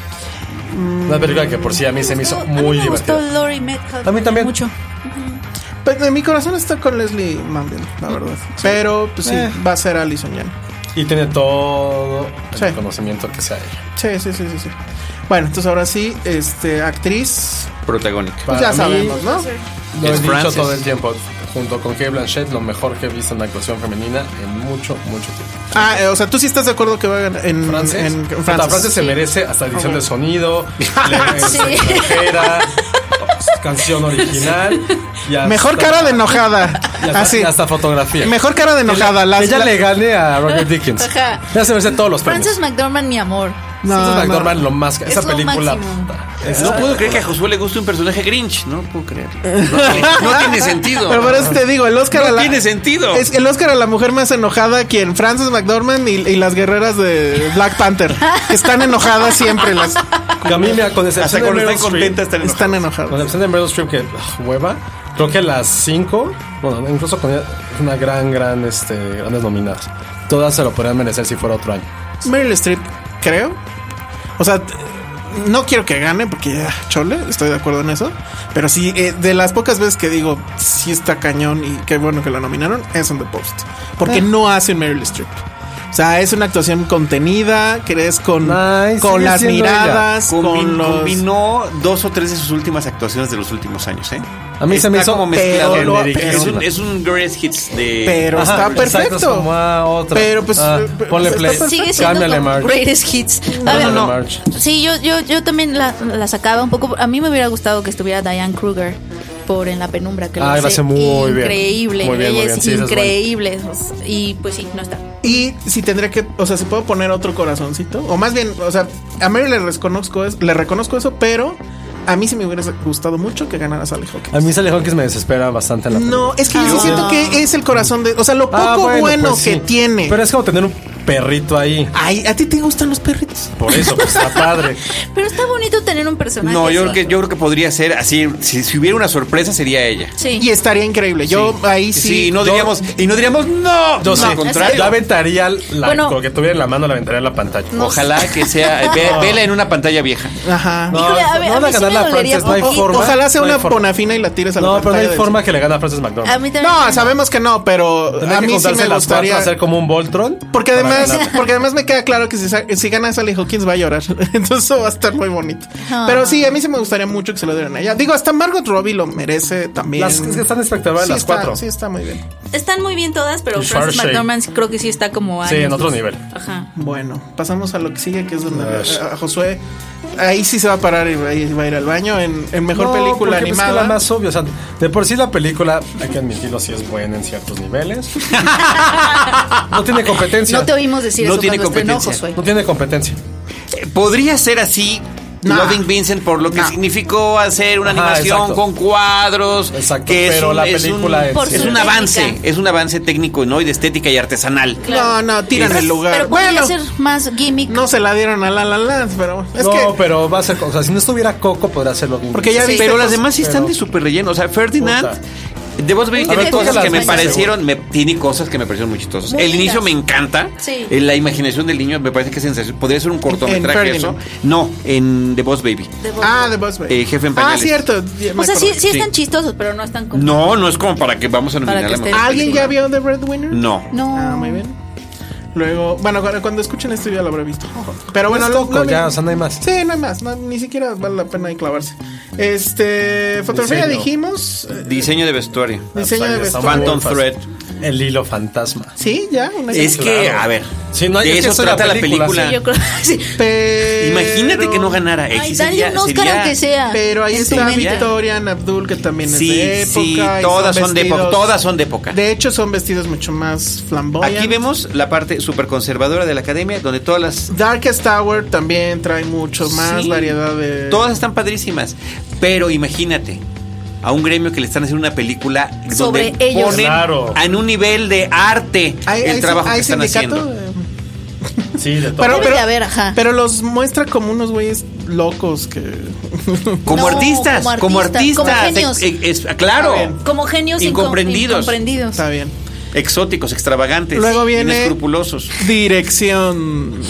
A: Una película que por sí a mí se me hizo
C: Gustó- a
A: muy
C: mí me gustó
A: divertida.
C: Laurie Metcalf.
A: A mí también.
C: Mucho.
B: Pues, en mi corazón está con Leslie Manville, la verdad. Pero, pues sí,
A: Eh.
B: va a ser Alison Janney.
A: Y tiene todo el
B: Sí.
A: conocimiento que sea ella.
B: Sí, sí, sí, sí, sí. Bueno, entonces ahora sí, este, actriz,
E: Protagónica.
B: pues
A: Para
B: ya
A: mí,
B: sabemos, ¿no?
A: Lo he
E: Es
A: dicho
E: Frances.
A: todo el tiempo. junto con Kate Blanchett, lo mejor que he visto en actuación femenina en mucho, mucho tiempo.
B: Ah, eh, o sea, tú sí estás de acuerdo que va a ganar en
A: Frances,
B: en- en
A: Puta,
B: Frances.
A: Frances se
C: Sí.
A: merece hasta edición de sonido, le-
C: Sí.
A: extranjera, canción original. y hasta-
B: Mejor cara de enojada.
A: y hasta,
B: Así.
A: y hasta fotografía.
B: Mejor cara de enojada. las-
A: Ella
B: la-
A: le gane a Roger Dickens.
C: Ajá.
A: Ya se merece todos los premios.
C: Frances McDormand, mi amor.
B: No,
A: Frances
B: no.
A: McDormand, lo más.
C: Es
A: Esa
C: lo
A: película.
C: máximo.
A: es-
E: No puedo creer que a Josué le guste un personaje Grinch. No puedo creer.
B: Eh.
E: No, no tiene sentido.
B: Pero por eso te digo, el Oscar
E: No
B: a la,
E: tiene sentido.
B: Es el Oscar a la mujer más enojada, quien Frances McDormand y, y las guerreras de Black Panther. que Están enojadas siempre las
A: Que a mí me con
E: Hasta
A: excepción de
E: cuando
A: Meryl
E: están
A: Streep.
E: contentas, están enojadas.
A: Con
B: están enojadas.
A: excepción de Meryl Streep, que ah, hueva. Creo que las cinco, bueno, incluso con ella, es una gran, gran, este, grandes nominadas. Todas se lo podrían merecer si fuera otro año.
B: Meryl Streep, creo. O sea, t- no quiero que gane porque ya, chole, estoy de acuerdo en eso. Pero sí, eh, de las pocas veces que digo, sí está cañón y qué bueno que la nominaron, es en The Post.
A: Eh.
B: Porque no hace un Meryl Streep. O sea, es una actuación contenida, que es con,
A: Ay,
B: con
A: sigue
B: las
A: siendo ella.
B: miradas, con
E: Combin-
B: los...
E: Combinó dos o tres de sus últimas actuaciones de los últimas años, ¿eh?
A: A mí se me
E: Está
A: hizo
E: como mezclado.
B: pero lo-
E: es, un,
A: generiquísima.
E: es un greatest hits de.
B: Pero
A: Ajá,
B: está
A: exacto, es
B: perfecto.
A: como, ah, otra.
B: Pero, pues,
A: Ah,
B: eh, pero,
A: ponle
B: pues,
A: play.
B: está
C: Sigue siendo
A: Cámbiale,
C: como
A: March.
C: greatest hits. A ver,
A: Cámbiale,
C: no.
A: March.
C: Sí, yo, yo, yo también la, la sacaba un poco. A mí me hubiera gustado que estuviera Diane Kruger por en la penumbra que lo
A: Ah, lo hace muy bien.
C: increíble.
A: Muy bien,
C: Ella
A: muy bien.
C: es
A: Sí, esa es buena.
C: increíble. Y pues sí, no está.
B: Y si tendría que, o sea, se puede poner otro corazoncito. O más bien, o sea, a Mary le reconozco, es- le reconozco eso, pero a mí sí me hubiera gustado mucho que ganara Sally Hawkins.
A: A mí Sally Hawkins me desespera bastante en la película.
B: No, es que yo sí siento que es el corazón de. O sea, lo poco
A: Ah,
B: bueno,
A: pues
B: que
A: sí.
B: tiene. Ah.
A: Pero es como tener un perrito ahí.
B: Ay, ¿a ti te gustan los perritos?
A: Por eso, pues está padre.
C: Pero está bonito tener un personaje.
E: no, yo
C: así.
E: creo, que, yo creo que podría ser así. Si, si hubiera una sorpresa, sería ella.
C: Sí.
B: Y estaría increíble. Yo ahí sí.
E: Sí, no
B: yo-
E: diríamos. Y no diríamos, no.
A: Yo
E: no,
A: sí,
E: al contrario.
A: yo aventaría la,
C: Bueno.
A: lo que tuviera en la mano, la aventaría en la pantalla.
C: No.
E: Ojalá que sea. ve- vela en una pantalla vieja.
B: Ajá.
A: No,
C: Híjole, a ver,
A: no
C: a
A: van a
C: mí sí
A: ganar
C: me
A: la
C: dolería
A: Frances, no hay
C: un poquito.
A: forma.
B: Ojalá sea
A: No hay
B: una
A: forma.
B: bonafina y la tires a la
A: No, pero no
B: pantalla
A: hay
B: del
A: forma que le gane a Frances McDormand.
C: A mí también.
B: No, sabemos que no, pero
A: Tendría
B: a
A: que
B: mí sí
A: juntarse
B: me
A: las
B: gustaría.
A: cuatro, hacer como un Voltron.
B: Porque
A: para
B: además,
A: ganar.
B: porque además me queda claro que si, sa- si gana Sally Hawkins va a llorar. Entonces eso va a estar muy bonito.
C: Ah.
B: Pero sí, a mí sí me gustaría mucho que se lo dieran a ella. Digo, hasta Margot Robbie lo merece también.
A: Las- es que están espectaculares
B: Sí
A: las
B: está-
A: cuatro.
B: Sí, está muy bien.
C: Están muy bien todas, pero
A: Y
C: Frances
A: Sharshay.
C: McDormand creo que sí está como.
A: Sí,
C: años
A: en otro
C: luz.
A: nivel.
C: Ajá.
B: Bueno, pasamos a lo que sigue, que es donde eh,
A: Ush.
B: a, a Josué. Ahí sí se va a parar y va, y va a ir al baño en, en mejor
A: No,
B: película
A: porque, pues, que
B: animada.
A: la más obvia. O sea, de por sí la película, hay que admitirlo, sí es buena en ciertos niveles. no tiene competencia.
C: No te oímos decir
E: No
C: eso
E: tiene
C: cuando estrenó,
E: competencia.
C: Josué.
A: No tiene competencia.
E: Eh, Podría ser así.
B: Nah.
E: Loving Vincent por lo que
B: Nah.
E: significó hacer una
A: Ajá,
E: animación
A: exacto.
E: con cuadros,
A: Exacto,
E: que es
A: pero
E: un-
A: la
E: es un-
A: película es-
C: Por
E: es
C: su
E: un
C: técnica.
E: avance, es un avance técnico, ¿no? Y de estética y artesanal.
B: No, no, tiran el lugar.
C: Pero podría
B: bueno,
C: ser más gimmick.
B: no se la dieron a La La Land, pero bueno, es
A: no,
B: que
A: pero va a ser. O sea, si no estuviera Coco, podría hacerlo bien.
B: Porque ya
E: Sí,
B: viste
E: pero
B: cosas-
E: las demás sí están de súper relleno. O sea, Ferdinand. Debo admitir que
C: A ver,
E: tiene
C: ¿cuál
E: cosas
C: de
E: que me
C: las más
E: parecieron, me, tiene cosas que me parecieron muy chistosas.
C: Muy
E: el
C: lindas.
E: inicio me encanta.
C: Sí.
E: Eh, La imaginación del niño me parece que es sensacional. Podría ser un cortometraje eso.
B: Ferdinand.
E: No, en The Boss Baby.
B: Ah, de Boss Baby.
E: Eh, jefe en
B: Ah,
E: pañales.
B: cierto. ya me
C: O sea,
B: acordé.
C: sí, sí
E: Sí.
C: están chistosos, pero no están como.
E: No, no es como para que vamos a
C: Para
E: nominar
C: que
E: la
C: esté-
E: mejor
B: ¿Alguien
E: película.
B: ya vio The Breadwinner?
E: No.
C: No.
B: Ah, muy bien. Luego, bueno, cuando, cuando escuchen esto ya lo habré visto. Pero bueno,
A: es
B: lo-
A: Coco,
B: lo-
A: ya, o sea, no hay más.
B: Sí, no hay más, no, ni siquiera vale la pena ahí clavarse. Este, fotografía
A: Diseño.
B: dijimos, eh,
E: Diseño de vestuario.
B: diseño de
A: Pues ahí está
B: vestuario.
E: Ah, Phantom
A: muy fácil.
E: Thread.
A: El hilo fantasma.
B: Sí, ya, una
E: Es que,
A: claro.
E: a ver.
A: Sí, no, es
E: de
A: que
E: eso
A: eso es la
E: trata la
A: película,
E: película.
A: sí.
C: Yo creo. sí.
B: Pero-
E: Imagínate que no ganara.
C: Ay,
E: X,
C: dale
E: sería-
C: un Oscar
E: sería-
C: aunque sea.
B: Pero ahí
C: en tu
B: está
C: mente.
B: Victoria Abdul, que también es
E: Sí,
B: de época.
E: sí,
B: y
E: todas son de época,
B: vestidos-
E: todas son de época.
B: De hecho, son vestidos mucho más flamboyantes.
E: Aquí vemos la parte súper conservadora de la academia, donde todas las.
B: Darkest Tower también trae mucho más
E: Sí,
B: variedad de.
E: Todas están padrísimas. Pero imagínate a un gremio que le están haciendo una película
C: Sobre
E: donde
C: Eh, ellos.
E: ponen
A: Claro.
E: en un nivel de arte
B: ¿Hay-
E: el
B: hay-
E: trabajo
B: hay
E: que están
B: sindicato?
E: haciendo.
B: Eh,
A: Sí, de todo.
B: Pero,
C: Debe
B: pero-
C: de haber, ajá.
B: pero los muestra como unos güeyes locos que.
E: Como,
C: No,
E: artistas,
C: como
E: como
C: artistas,
E: artistas,
C: como genios.
E: eh, eh, es- claro,
B: Está bien.
C: Como genios inco-
E: Incomprendidos.
C: incomprendidos.
B: Está bien.
E: exóticos, extravagantes,
B: Luego viene-
E: inescrupulosos.
B: Dirección.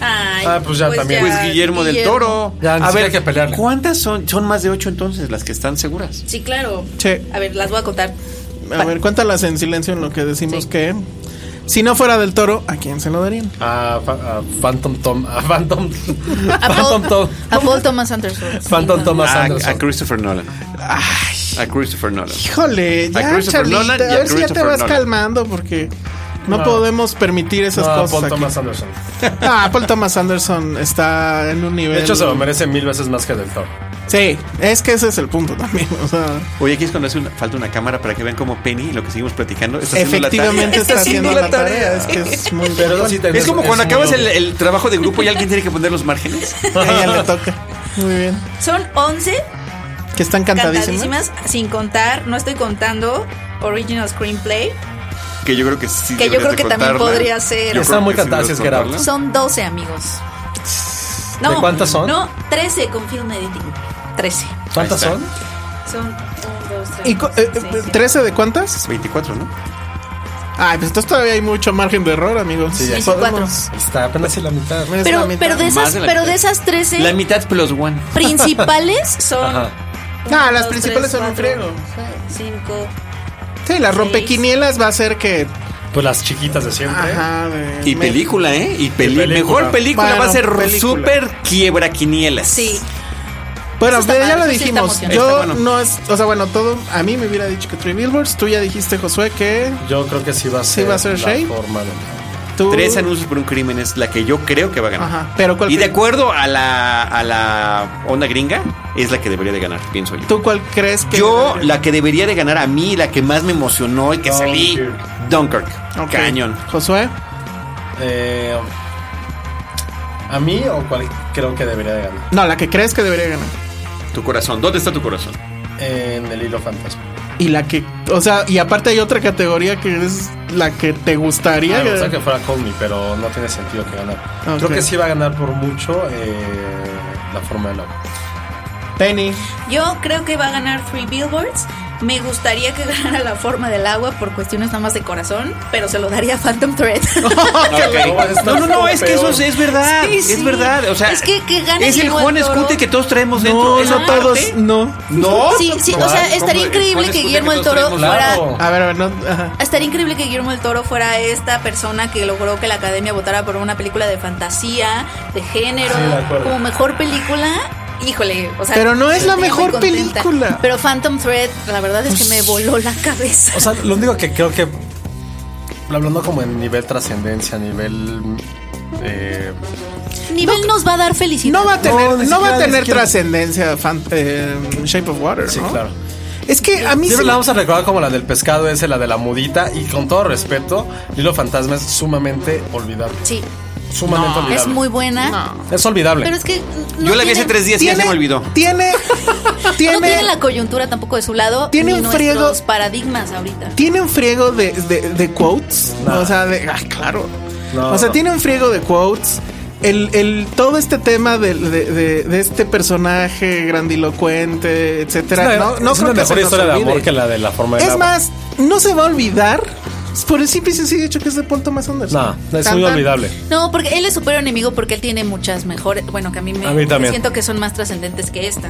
C: Ay,
A: Ah, pues ya también.
E: Pues Guillermo, del Toro.
A: Ya, ni siquiera hay que pelearle.
E: ¿Cuántas son? Son más de ocho entonces las que están seguras.
C: Sí, claro.
B: Che.
C: A ver, las voy a contar.
B: A ver, cuéntalas en silencio en lo que decimos que. Si no fuera del toro, ¿a quién se lo darían?
A: A, fa- a Phantom Tom. A Phantom.
C: A
A: Phantom Tom.
C: Paul, a Paul Thomas Anderson.
A: Phantom Thomas
E: A,
A: Anderson.
E: a Christopher Nolan. A Christopher Nolan.
B: Híjole,
E: A
B: ya,
E: Christopher
B: Charlita,
E: Nolan y
B: a
E: a
B: ver si ya te
E: Christopher
B: vas
E: Nolan.
B: calmando porque no,
A: No.
B: podemos permitir esas
A: No,
B: cosas.
A: Paul
B: aquí.
A: Thomas Anderson.
B: Ah, Paul Thomas Anderson está en un nivel.
A: De hecho, se lo merece mil veces más que del Thor.
B: Sí, es que ese es el punto también. O sea,
E: Oye, aquí es cuando hace una- falta una cámara para que vean como Penny, lo que seguimos platicando, está haciendo la tarea.
B: efectivamente está, haciendo la tarea. Es que es muy
A: Pero
B: bien.
A: sí
E: Es como cuando
A: muy
E: acabas el,
A: obvio.
E: el trabajo de grupo y alguien tiene que poner los márgenes.
B: Ya, ya le toca. Muy bien.
C: Son 11
B: Que están cantadísimas.
C: cantadísimas, sin contar, no estoy contando Original Screenplay.
E: Que yo creo que sí.
C: Que
E: deberías
C: yo creo
E: de
C: que también
E: contarla.
C: podría ser.
E: Yo
C: Está
E: creo
A: muy
E: que sí
A: cantada,
E: deberías
A: si es Gerard.
E: contarla.
C: Son 12 amigos. No,
A: ¿De cuántas son?
C: No, 13 con film editing. 13.
A: ¿Cuántas
E: Ahí
A: son?
E: está.
C: Son 1, 2, 3.
B: ¿Y cu- eh, eh, 13 de cuántas?
E: 24, ¿no?
B: Ay, pues entonces todavía hay mucho margen de error, amigos.
A: Sí, ya.
B: Podemos-
A: Está apenas en la mitad.
B: es la
C: Pero,
B: mitad.
C: pero de esas,
E: Más de la
C: pero
E: mitad.
C: de esas 13
E: La mitad plus one.
C: principales son.
B: Ah, las principales son un friego.
C: 5.
B: Sí, las rompequinielas va a ser que.
A: Pues las chiquitas de siempre.
B: Ajá, de-
E: Y
B: me-
E: película, ¿eh? Y, peli-
A: película.
E: mejor película
B: Bueno,
E: va a ser
B: película.
E: súper quiebra quinielas.
C: Sí.
B: Bueno,
C: Eso está
B: pero ya
C: padre,
B: lo
C: eso sí está
B: dijimos.
C: emocionante.
B: Yo
E: Está bueno.
B: no es. O sea, bueno, todo. A mí me hubiera dicho que Three Billboards. Tú ya dijiste, Josué, que
A: Yo creo que sí va a
B: Sí
A: ser.
B: va a ser
A: la
B: Shay.
A: forma de-
B: tú.
E: Tres anuncios por un crimen es la que yo creo que va a ganar.
B: Ajá. Pero ¿cuál
E: Y de
B: crees?
E: acuerdo a la, a la onda gringa, es la que debería de ganar, pienso yo.
B: ¿Tú cuál crees que.?
E: Yo, la que debería de ganar a mí, la que más me emocionó y que salí, Dunkirk.
B: Ok.
E: Cañón.
B: Josué.
A: Eh, ¿A mí o cuál creo que debería de ganar?
B: No, la que crees que debería ganar.
E: Tu corazón. ¿Dónde está tu corazón?
A: En el hilo fantasma.
B: Y la que. O sea, y aparte hay otra categoría que es la que te gustaría.
A: Ah, me
B: que-
A: gustaría que fuera Call Me, pero no tiene sentido que ganar.
B: Ok.
A: Creo que sí va a ganar por mucho eh, la forma del agua.
B: Penny.
C: Yo creo que va a ganar Free Billboards. Me gustaría que ganara la forma del agua por cuestiones nada más de corazón, pero se lo daría a Phantom Thread.
E: No, no, no, es que eso es, es verdad.
C: Sí, sí.
E: Es verdad. O sea,
C: Es que- que gane
E: es el
C: Guillermo del
E: Juan
C: Toro.
E: Escute que todos traemos
B: No,
E: dentro. ¿Esa
B: no
E: parte?
B: todos. No.
E: No.
C: sí, sí, o sea, estaría increíble que Guillermo el Toro fuera
A: Claro.
B: A ver, a ver, no. Ajá.
C: Estaría increíble que Guillermo del Toro fuera esta persona que logró que la academia votara por una película de fantasía, de género,
A: Sí, de acuerdo.
C: como mejor película. Híjole, o sea.
B: Pero no es la
C: estaría muy
B: mejor
C: contenta.
B: película. Pues,
C: Pero Phantom Thread, la verdad es que me voló la cabeza.
A: O sea, lo único que creo que. Hablando como en nivel trascendencia, nivel. eh,
C: Nivel nos va a dar felicidad.
B: No va a
A: No,
B: tener,
A: ni
B: no va a
A: siquiera, ni
B: tener
A: siquiera.
B: trascendencia fan- eh, Shape of Water,
A: sí,
B: ¿no?
A: claro.
B: Es que a mí
A: Siempre
B: se-
A: la vamos a recordar como la del pescado, ese, la de la mudita. Y con todo respeto, Hilo Fantasma es sumamente olvidable.
C: Sí,
A: Sumamente olvidable.
C: es muy buena.
A: Es olvidable.
C: Pero es que. no
E: Yo la vi hace
C: tiene-
E: tres días y ya se me olvidó.
B: Tiene,
C: No tiene
B: tiene,
C: la coyuntura tampoco de su lado.
B: Tiene
C: ni
B: un friego-
C: nuestros paradigmas ahorita.
B: tiene un friego de, de- de quotes.
A: No.
B: O sea, de. Ay, claro.
A: No,
B: o sea,
A: no.
B: tiene un friego de quotes. El, el- todo este tema del- de, de- de este personaje grandilocuente,
A: Es
B: etcétera.
A: una,
B: no, no
A: es
B: creo
A: una
B: que
A: mejor
B: se nos
A: historia de
B: olvide.
A: amor que la de la forma del
B: Es
A: agua.
B: más, no se va a olvidar por el simple y sencillo hecho que es de Paul Thomas Anderson.
A: No, es
B: Tan,
A: muy
B: tan.
A: olvidable.
C: No, porque él es su peor enemigo porque él tiene muchas mejores. Bueno, que a mí me
A: A mí también.
C: siento que son más trascendentes que esta.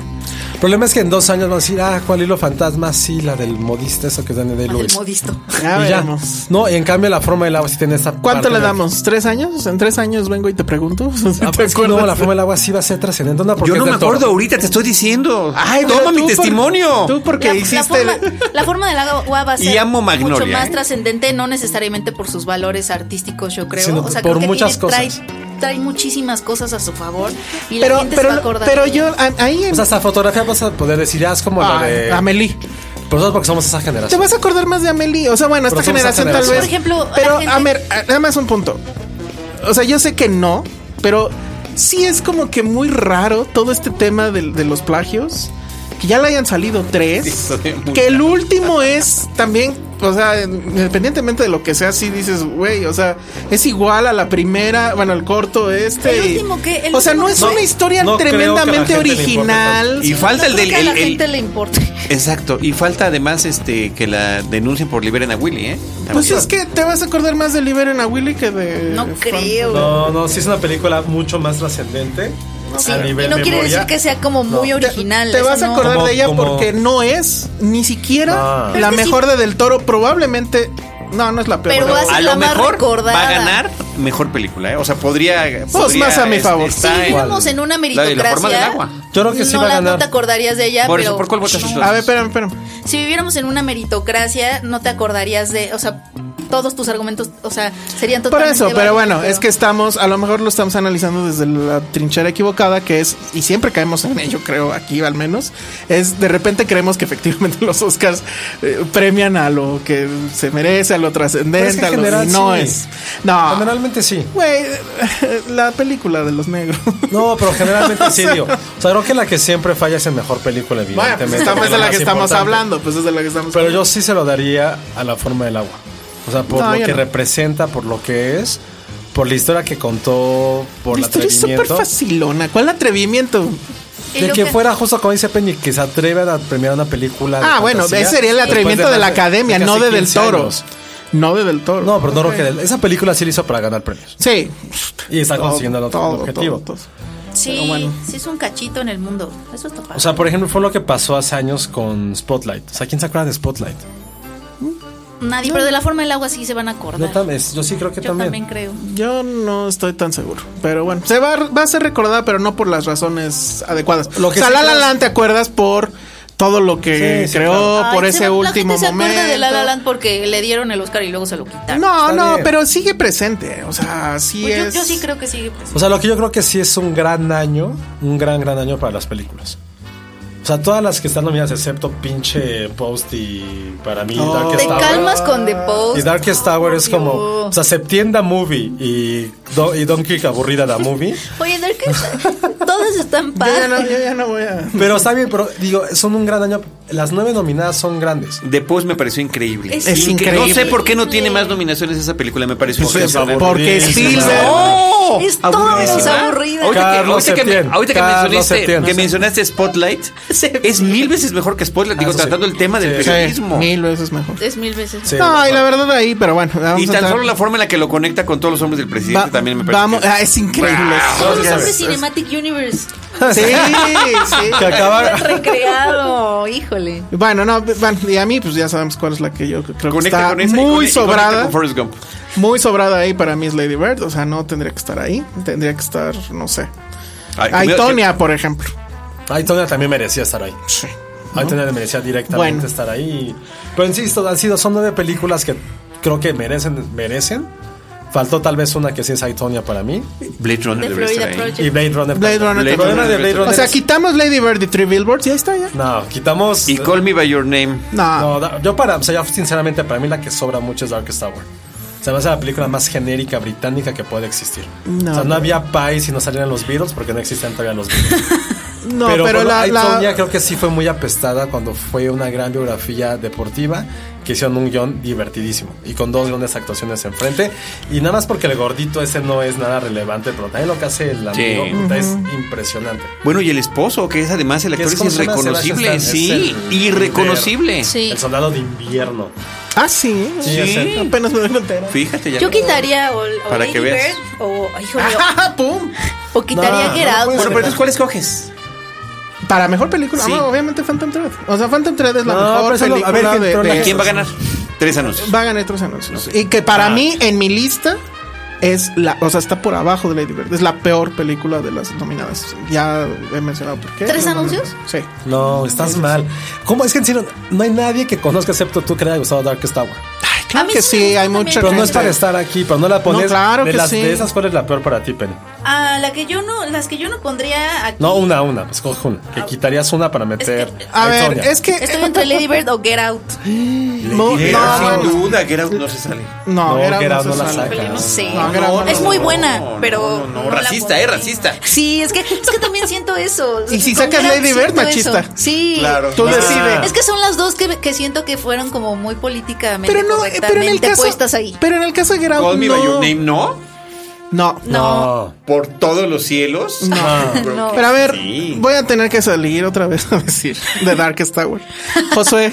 A: El problema es que en dos años van a decir, ah, ¿cuál hilo fantasma? Sí, la del modista, eso que es de
C: Más el
A: Lewis.
C: modisto.
B: Ya
A: Y ya.
B: veremos.
A: No, y en cambio la forma del agua sí tiene esa.
B: Ah, ¿Cuánto
A: parte
B: le
A: de-
B: damos? ¿Tres años? En tres años vengo y te pregunto. Si
A: Ah,
B: ¿Te
A: pues, que no,
B: acuerdas?
A: la forma del agua sí va a ser trascendente. onda, porque
E: Yo
A: es
E: no me
A: del toro.
E: acuerdo ahorita, te estoy diciendo.
B: Ay, pero
E: toma
B: tú
E: mi
B: por-
E: testimonio.
B: tú porque
C: la, la
B: hiciste.
C: forma, la forma del agua va a
E: Y
C: ser
E: amo
C: mucho
E: Magnolia,
C: más
E: ¿eh?
C: trascendente, no necesariamente por sus valores artísticos, yo creo.
A: Sino
C: o sea,
A: por
C: creo que
A: muchas
C: tiene- trae-
A: cosas.
C: Trae, muchísimas cosas a su favor y la
B: Pero,
C: gente se va a
B: pero,
C: acordar.
B: pero
C: de
B: yo
C: ella.
B: a- ahí en.
A: O sea, hasta fotografía vas a poder decir, ya es como la
B: Ay,
A: de.
B: Amelie.
A: Pero nosotros porque somos esa
B: Te
A: generación.
B: vas a acordar más de Amelie. O sea, bueno, esta
A: Pero somos esa
B: generación tal vez.
C: generación. Por ejemplo,
B: Pero,
C: la gente-
B: a ver, a- nada más un punto. O sea, yo sé que no, pero sí es como que muy raro todo este tema del- de, los plagios. Que ya le hayan salido
E: Sí,
B: tres.
E: eso es muy
B: que el último es también, o sea, independientemente de lo que sea, sí dices, güey, o sea, es igual a la primera, bueno, el corto este.
C: El
B: y-
C: último que- el
B: o sea, no
C: último
B: es
C: que-
B: una historia
A: No creo que a la
B: tremendamente
A: gente le importe
B: original.
A: tanto.
E: Y falta
C: No
E: el
C: creo
E: del.
C: que a
E: el-
C: la
E: el-
C: gente le importe.
E: Exacto. Y falta además este que la denuncien por liberen a Willy, ¿eh? También.
B: Pues es que te vas a acordar más de Liberen a Willy que de.
C: No creo.
A: No, no, sí es una película mucho más trascendente.
C: Sí,
A: a nivel
C: y no quiere
A: memoria.
C: decir que sea como muy
B: Te-
C: original.
B: Te
C: eso
B: vas a
C: no.
B: acordar
A: Como-
B: de ella
A: como-
B: porque no es ni siquiera
A: Ah.
B: la
C: Pero es que
B: mejor de Del Toro. Probablemente. No, no es la peor.
C: Pero
B: Pero
C: hace-
E: a
C: la
E: lo
C: más
E: mejor
C: recordada.
E: va a ganar mejor película, ¿eh? O sea, podría.
B: Pues
E: podría,
B: más a mi
E: es-
B: favor.
C: Si
E: está en-
C: viviéramos en
E: la
C: una
E: de la forma del
C: meritocracia,
E: agua.
A: Yo creo que sí
C: no
A: va a
C: la-
A: ganar.
C: No te acordarías de ella,
E: Por
C: pero
E: eso, ¿por cuál votas
B: A ver, espérame, espérame.
C: si viviéramos en una meritocracia, no te acordarías de, o sea, todos tus argumentos, o sea, serían
B: Por
C: totalmente
B: eso, pero
C: válidos,
B: bueno, es que estamos, a lo mejor lo estamos analizando desde la trinchera equivocada, que es, y siempre caemos en ello, creo, aquí al menos, es de repente creemos que efectivamente los Oscars eh, premian a lo que se merece, a lo trascendente,
A: Pero es que en
B: a lo
A: general
B: que no
A: sí.
B: es. No,
A: Generalmente sí.
B: güey, la película de los negros.
A: No, pero generalmente sí,
B: O sea,
A: digo. O sea, creo que la que siempre falla es en mejor película,
B: Bueno,
A: evidentemente.
B: pues estamos
A: porque
B: de la que
A: más
B: estamos
A: importante.
B: hablando, pues es de la que estamos
A: Pero yo sí se lo daría a la forma del agua. O sea, por
B: No,
A: lo
B: yo
A: que
B: no.
A: representa, por lo que es, por la historia que contó, por
B: La
A: la
B: historia es súper
A: atrevimiento.
B: facilona. ¿Cuál atrevimiento?
C: Y
A: De
C: lo
A: que
C: que-
A: fuera justo como dice Peña, que se atreve a premiar una película. de
B: Ah, bueno,
A: fantasía
B: ese sería el
A: después
B: atrevimiento de, la
A: más
B: academia, no
A: casi
B: de Del
A: 15
B: Toro.
A: años.
B: No de Del Toro.
A: No, pero no creo que esa película sí la hizo para ganar premios.
B: Sí.
A: Y está consiguiendo el otro
B: todo,
A: objetivo.
B: todo, todo.
C: Sí,
B: Pero bueno.
C: sí es un cachito en el mundo. Eso está padre.
A: O sea, por ejemplo, fue lo que pasó hace años con Spotlight. O sea, ¿quién se acuerda de Spotlight?
C: Nadie, pero de la forma del agua sí se van a acordar.
A: Yo, tam- es- yo sí creo que
C: Yo también.
A: también.
C: creo.
B: Yo no estoy tan seguro. Pero bueno, se va, a- va a ser recordada, pero no por las razones adecuadas.
A: Lo
B: Lo
A: que
B: que o sea,
A: sí
B: La La
A: creo-
B: Land, te acuerdas por todo lo que
A: Sí, sí,
B: creó,
A: claro.
B: por
C: Ay,
B: ese
C: se va-
B: último
C: la gente
B: momento.
C: Se acuerda de La La Land porque le dieron el Oscar y luego se lo quitaron.
B: No,
A: Está
B: no,
A: bien.
B: pero sigue presente. O sea, sí
C: Pues yo,
B: es.
C: yo sí creo que sí. pues.
A: O sea, lo que yo creo que sí es un gran año, un gran, gran año para las películas. O sea, todas las que están nominadas, excepto pinche Post y para mí
B: Oh.
A: Dark
C: Te
A: Tower.
C: calmas con The
A: Y
C: Post.
A: Darkest Tower es como,
C: obvio.
A: o sea, Septiembre Movie y, Don y Donkey aburrida la movie.
C: Oye, Dark Knight, todas están
B: Yo ya, no,
C: padres.
B: yo ya no voy a.
A: Pero está bien, pero digo, son un gran año. Las nueve nominadas son grandes.
E: The Post Pues me pareció increíble.
C: Es
E: Incre-
B: increíble.
E: No sé por qué no tiene más nominaciones esa película, me pareció
A: Pues es
E: impresionante.
A: favor.
B: Porque
A: Aburridísima.
B: Spielberg.
E: ¡No!
C: Es todo menos
E: Aburridísima.
C: aburrida.
E: Ahorita que,
A: Carlos
E: ahorita que me-
A: Septién.
E: ahorita que
A: Carlos
E: mencionaste,
A: Septién.
E: que mencionaste Spotlight, es mil veces mejor que Spotlight, digo,
A: eso sí.
E: tratando el tema del
B: Sí,
E: periodismo.
B: mil veces mejor.
C: Es mil veces.
A: Sí,
B: No, y la verdad ahí, pero bueno. Vamos
E: Y
B: a
E: tan
B: entrar-
E: solo la forma en la que lo conecta con todos los hombres del presidente
B: Va-
E: también me parece.
B: Vamos, ah, es increíble.
C: Todos los
B: Ya
C: hombres
B: sé.
C: Cinematic Universe.
B: Sí, sí.
A: Que acabar.
C: Recreado, híjole.
B: Bueno, no, bueno, y a mí pues ya sabemos cuál es la que yo creo que
E: Conecta
B: está
E: con esa y conecta-
B: muy
E: y conecta
B: sobrada.
E: con Forrest Gump.
B: Muy sobrada ahí para mí es Lady Bird, o sea, no tendría que estar ahí, tendría que estar, no sé.
E: Ay,
B: Aitonia, por ejemplo.
A: Aitonia también merecía estar ahí.
B: Sí.
A: Aitonia merecía directamente
B: Bueno.
A: estar ahí. Pero insisto, han sido, son nueve películas que creo que merecen, merecen. Faltó tal vez una que sí es Aitonia para mí.
E: Blade Runner
C: The
E: debería
C: Florida
E: estar ahí.
C: Project.
A: Y Blade Runner.
B: Blade
A: también.
B: Runner
A: El
E: Blade
A: problema de
E: Runner.
A: Blade Runner
B: O sea,
A: es-
B: quitamos Lady Bird y Three Billboards y ahí está ya.
A: No, quitamos.
E: Y Call Me By Your Name.
B: No.
A: No, da- yo para, o sea, ya sinceramente para mí la que sobra mucho es Darkest Tower. Se me hace la película más genérica británica que puede existir.
B: No.
A: o sea, no había país y no salían los Beatles porque no existían todavía los Beatles.
B: No,
A: pero
B: pero,
A: bueno,
B: la, la-
A: Aitonia creo que sí fue muy apestada cuando fue una gran biografía deportiva que hicieron un guión divertidísimo y con dos grandes actuaciones enfrente. Y nada más porque el gordito ese no es nada relevante, pero también lo que hace el
E: Sí.
A: amigo puta, es impresionante.
E: Bueno, y el esposo, que es además el
A: Que
E: actor,
A: es
E: es,
A: como Sona
E: irreconocible.
A: Sebastian Stan,
E: Sí,
A: es el-
E: irreconocible.
C: Sí.
A: El soldado de invierno.
B: Ah, sí.
A: Sí, ya sé.
B: Apenas me doy entera.
E: Fíjate ya.
C: Yo quitaría o, o
E: Para
C: Lady
E: que veas.
C: Bird o, híjole,
B: ¡Ah, pum!
C: o quitaría
A: No,
C: Get
A: no
C: Out.
A: puede
E: Bueno,
A: ser.
E: pero entonces, ¿cuál escoges?
B: Para mejor película,
E: Sí.
B: ah, obviamente Phantom Thread. O sea, Phantom Thread es la
A: No, pero
B: mejor
A: eso lo- a
B: película
A: ver,
B: de,
A: pero la-
B: de-
E: ¿Quién va a ganar? Tres anuncios.
B: Va a ganar otros anuncios. Y que para mí, en mi lista, es la. O sea, está por abajo de Lady Bird. Es la peor película de las nominadas. Ya he mencionado por qué.
C: ¿Tres
B: No, no, no.
C: anuncios?
B: Sí.
A: No, estás mal. ¿Cómo? Es que en serio, no hay nadie que conozca excepto tú que le haya gustado Darkest Tower.
B: Claro
C: mí
B: que sí,
C: sí me gusta
B: hay
C: también,
B: mucha
A: Pero no
B: gente.
A: es para estar aquí, pero no la pones.
B: No, claro
A: de
B: que
A: las,
B: sí.
A: De esas, ¿cuál es la peor para ti, Penny?
C: Ah, la que yo no, las que yo no pondría aquí.
A: No, una, una. Pues coge una. Que quitarías una para meter.
B: Ah. A ver,
A: Aitonia.
B: es que.
C: Estoy entre Lady Bird o Get Out.
B: no,
E: Get
B: no,
E: Out,
B: bueno.
E: sin duda, Get Out no se sale.
B: No,
A: No,
B: Get Out
A: Get Out
B: no se
A: no la
B: sale.
A: saca.
C: Híjole, no sé.
B: No, Get Out no
C: es
B: la
C: muy
B: saca.
C: buena,
E: No,
C: pero.
E: no, no,
C: la
E: racista,
C: pondría.
E: eh, racista.
C: Sí, es que, es que también siento eso.
B: Y si
C: Con
B: sacas
C: Get Out
B: Lady Bird,
C: siento
B: machista.
C: eso. Sí.
E: Claro.
B: Tú
A: Ah.
B: decides.
C: Es que son las dos que, que siento que fueron como muy políticamente
B: Pero no, eh, pero en el
C: correctamente
B: caso.
C: puestas ahí.
B: Pero en el caso de Get Out.
E: Call Me By Your
B: no.
E: Name, ¿no?
B: No.
A: No.
E: Por todos los cielos. No.
C: No.
B: Pero a ver,
E: Sí.
B: voy a tener que salir otra vez a decir de Darkest Tower. Josué,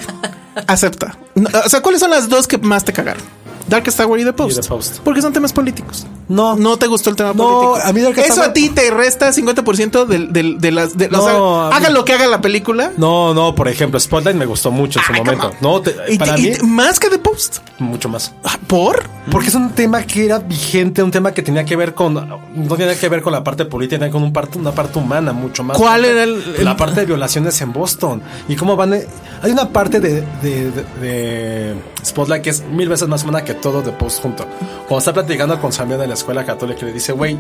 B: acepta. No, o sea, ¿cuáles son las dos que más te cagaron? Darkest Tower y The Post.
A: The Post.
B: Porque son temas políticos.
A: No.
B: No te gustó el tema
A: No,
B: político.
A: a mí del que
B: Eso
A: estaba-
B: a ti te resta 50% del, del- de las. de- o sea,
A: No, a mí-
B: haga lo que haga la película.
A: No, no, por ejemplo, Spotlight me gustó mucho en su
B: Ay, come
A: momento.
B: on.
A: No, te-
B: Y
A: para
B: te- y
A: mí,
B: te- más que de post.
A: mucho más.
B: Ah, ¿Por?
A: Porque es un tema que era vigente, un tema que tenía que ver con. No tenía que ver con la parte política, tenía con un parte, una parte humana mucho más.
B: ¿Cuál era el-
A: La
B: el-
A: parte de violaciones en Boston. Y cómo van. eh, Hay una parte de, de- de- de Spotlight que es mil veces más humana que todo de Post junto. Cuando está platicando con Samuel de la escuela católica, le dice, güey,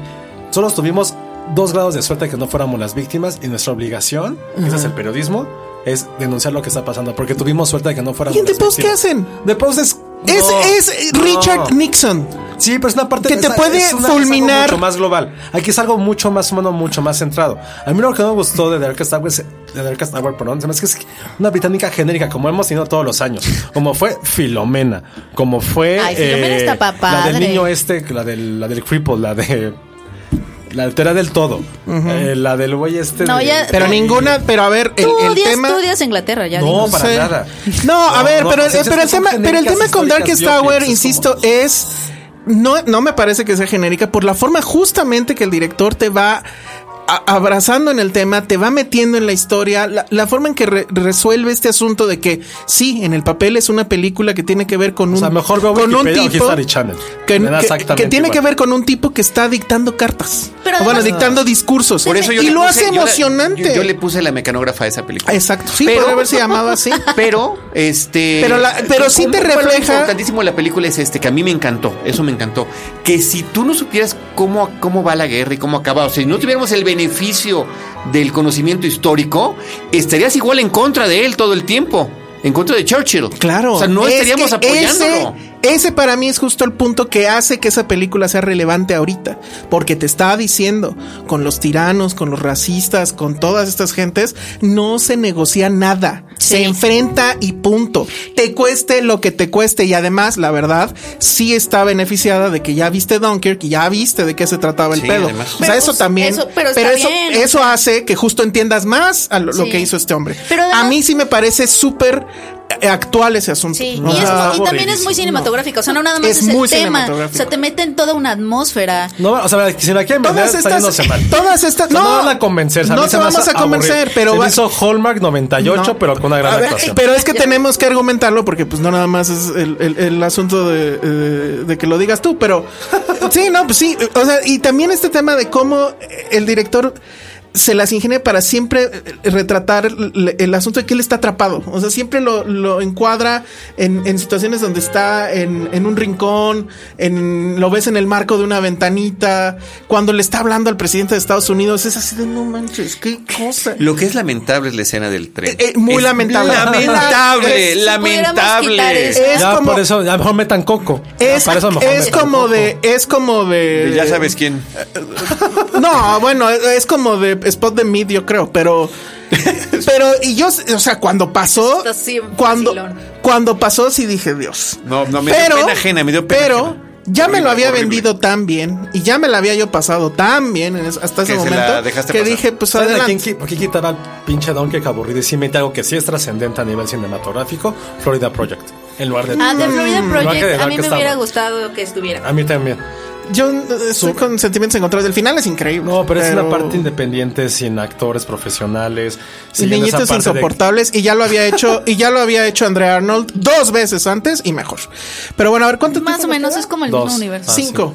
A: solo tuvimos dos grados de suerte que no fuéramos las víctimas y nuestra obligación, ese es el periodismo, es denunciar lo que está pasando porque tuvimos suerte de que no fuéramos
B: ¿Y en The
A: las
B: Post qué
A: víctimas".
B: hacen?
A: The Post es.
B: Es,
A: No,
B: es eh,
A: no.
B: Richard Nixon.
A: Sí, pero es una parte
B: Que te
A: es-
B: puede
A: es una- es algo
B: fulminar.
A: mucho más global. Aquí es algo mucho más humano, mucho más centrado. A mí lo que no me gustó de Darkest Hour, es- de Darkest Hour, perdón, se me hace que es una británica genérica, como hemos tenido todos los años. Como fue Filomena, como fue. eh,
C: Ay, Filomena está pa'
A: La del
C: padre.
A: niño este, la del, la del cripple, la de. La altera del todo. Eh, la del güey este.
C: No,
A: de-
C: ya-
B: Pero
C: No.
B: ninguna. Pero a ver, el,
C: Tú
B: el
C: odias,
B: tema.
C: tú odias Inglaterra, ya
A: No,
C: digo.
A: para
B: sé.
A: nada.
B: No, a
A: No,
B: ver,
A: no,
B: pero,
A: pues
B: el- eh,
A: esas
B: pero el
A: son
B: tema, pero el
A: genéricas,
B: tema con
A: históricas,
B: Darkest Tower,
A: biopics, es
B: insisto,
A: como-
B: es no, no me parece que sea genérica por la forma justamente que el director te va a- abrazando en el tema, te va metiendo en la historia, la, la forma en que re- resuelve este asunto de que sí, en el papel es una película que tiene que ver con un
A: O sea, mejor veo
B: con un
A: Wikipedia o
B: tipo
A: History Channel.
B: que,
A: Me da
B: que-
A: exactamente
B: que tiene
A: igual.
B: que ver con un tipo que está dictando cartas,
C: Pero
B: O bueno,
C: además-
B: dictando discursos
E: Por eso yo
B: y
E: le
B: lo
E: puse-
B: hace
E: yo la-
B: emocionante.
E: yo- yo le puse la mecanógrafa a esa película.
B: Exacto, sí,
E: Pero-
B: podría haberse llamado así.
E: Pero, este.
B: Pero la- pero sí
E: un-
B: te
E: un valor
B: refleja-
E: importantísimo de la película es este, que a mí me encantó. Eso me encantó. Que si tú no supieras cómo, cómo va la guerra y cómo acaba, o sea, si no tuviéramos el beneficio del conocimiento histórico, estarías igual en contra de él todo el tiempo. En contra de Churchill.
B: Claro.
E: O sea, no
B: Es
E: estaríamos
B: que
E: apoyándolo.
B: Ese, ese para mí es justo el punto que hace que esa película sea relevante ahorita. Porque te estaba diciendo, con los tiranos, con los racistas, con todas estas gentes, no se negocia nada.
C: Sí.
B: Se enfrenta y punto. Te cueste lo que te cueste. Y además, la verdad, sí está beneficiada de que ya viste Dunkirk y ya viste de qué se trataba el
E: Sí,
B: pedo.
E: además.
B: O
C: Pero
B: sea, eso
C: pues,
B: también.
C: eso- pero está
B: eso,
C: bien.
B: eso hace que justo entiendas más a lo, lo
C: Sí.
B: que hizo este hombre.
C: Pero
B: a
C: además-
B: mí sí me parece súper eh, actual ese asunto.
C: Sí,
B: ¿no?
C: y,
B: O
C: es
B: sea,
C: muy- y también es muy cinematográfico. O sea, no nada más
B: Es
C: es,
B: muy
C: el tema. O
B: cinematográfico.
C: sea, te mete en toda una atmósfera.
A: No, o sea, si la quieren vender,
B: Todas
A: está yéndose
B: estas,
A: mal.
B: todas estas, no,
A: no, van a convencer.
B: no te vamos a convencer, pero va-
A: va... hizo Hallmark 98,
B: No.
A: pero con una gran
B: A ver,
A: actuación.
B: Pero es que tenemos que argumentarlo porque pues no nada más es el, el- el asunto de, eh, de que lo digas tú, pero sí, no, pues sí, o sea, y también este tema de cómo el director se las ingenia para siempre eh, retratar el, el asunto de que él está atrapado. O sea, siempre lo, lo encuadra en, en situaciones donde está en, en un rincón, en, lo ves en el marco de una ventanita, cuando le está hablando al presidente de Estados Unidos, es así de no manches, qué cosa.
E: Lo que es lamentable es la escena del tren.
B: Eh, eh, muy
E: Es
B: lamentable.
E: Lamentable,
B: Es-
C: pudiéramos quitar
E: lamentable.
C: eso.
B: es
A: ya
B: como-
A: por eso, ya mejor metan coco.
B: Es,
A: Ya, para eso mejor
B: es
A: metan
B: como
A: Coco.
B: de, es como de, eh,
E: Ya sabes quién.
B: no, bueno, es como de spot de mid, yo creo, pero, pero y yo, o sea, cuando pasó,
C: Está siempre
B: cuando,
C: vacilón.
B: cuando pasó sí dije Dios.
E: No, no, me dio pena ajena, me dio pena
B: pero
E: ajena.
B: ya me
E: Horrible,
B: lo había
E: horrible.
B: vendido tan bien y ya me la había yo pasado tan bien en es- hasta ese
E: Que se la
B: momento
E: dejaste
B: que
E: pasar.
B: dije pues
A: ¿Saben a quién
B: adelante.
A: qui- por qué quitar al pinche Donkey aburrido y sí mete algo que sí es trascendente a nivel cinematográfico? Florida Project. En lugar de.
C: Ah,
B: Mm.
C: The Florida
A: en lugar que de
C: Project, a mí
A: Darkest
C: me hubiera
A: Hour.
C: gustado que estuviera.
A: A mí también.
B: Yo eh, estoy con sentimientos encontrados. El final es increíble.
A: No, pero, es una parte independiente, sin actores profesionales.
B: Y
A: siguiendo esa
B: niñitos
A: parte de-
B: insoportables y ya lo había hecho y ya lo había hecho Andrea Arnold dos veces antes y mejor. Pero bueno, a ver cuánto
C: Más
B: tiempo
C: o
B: nos
C: menos
B: queda?
C: es como el
A: Dos.
C: mismo universo.
A: Ah, sí.
B: cinco.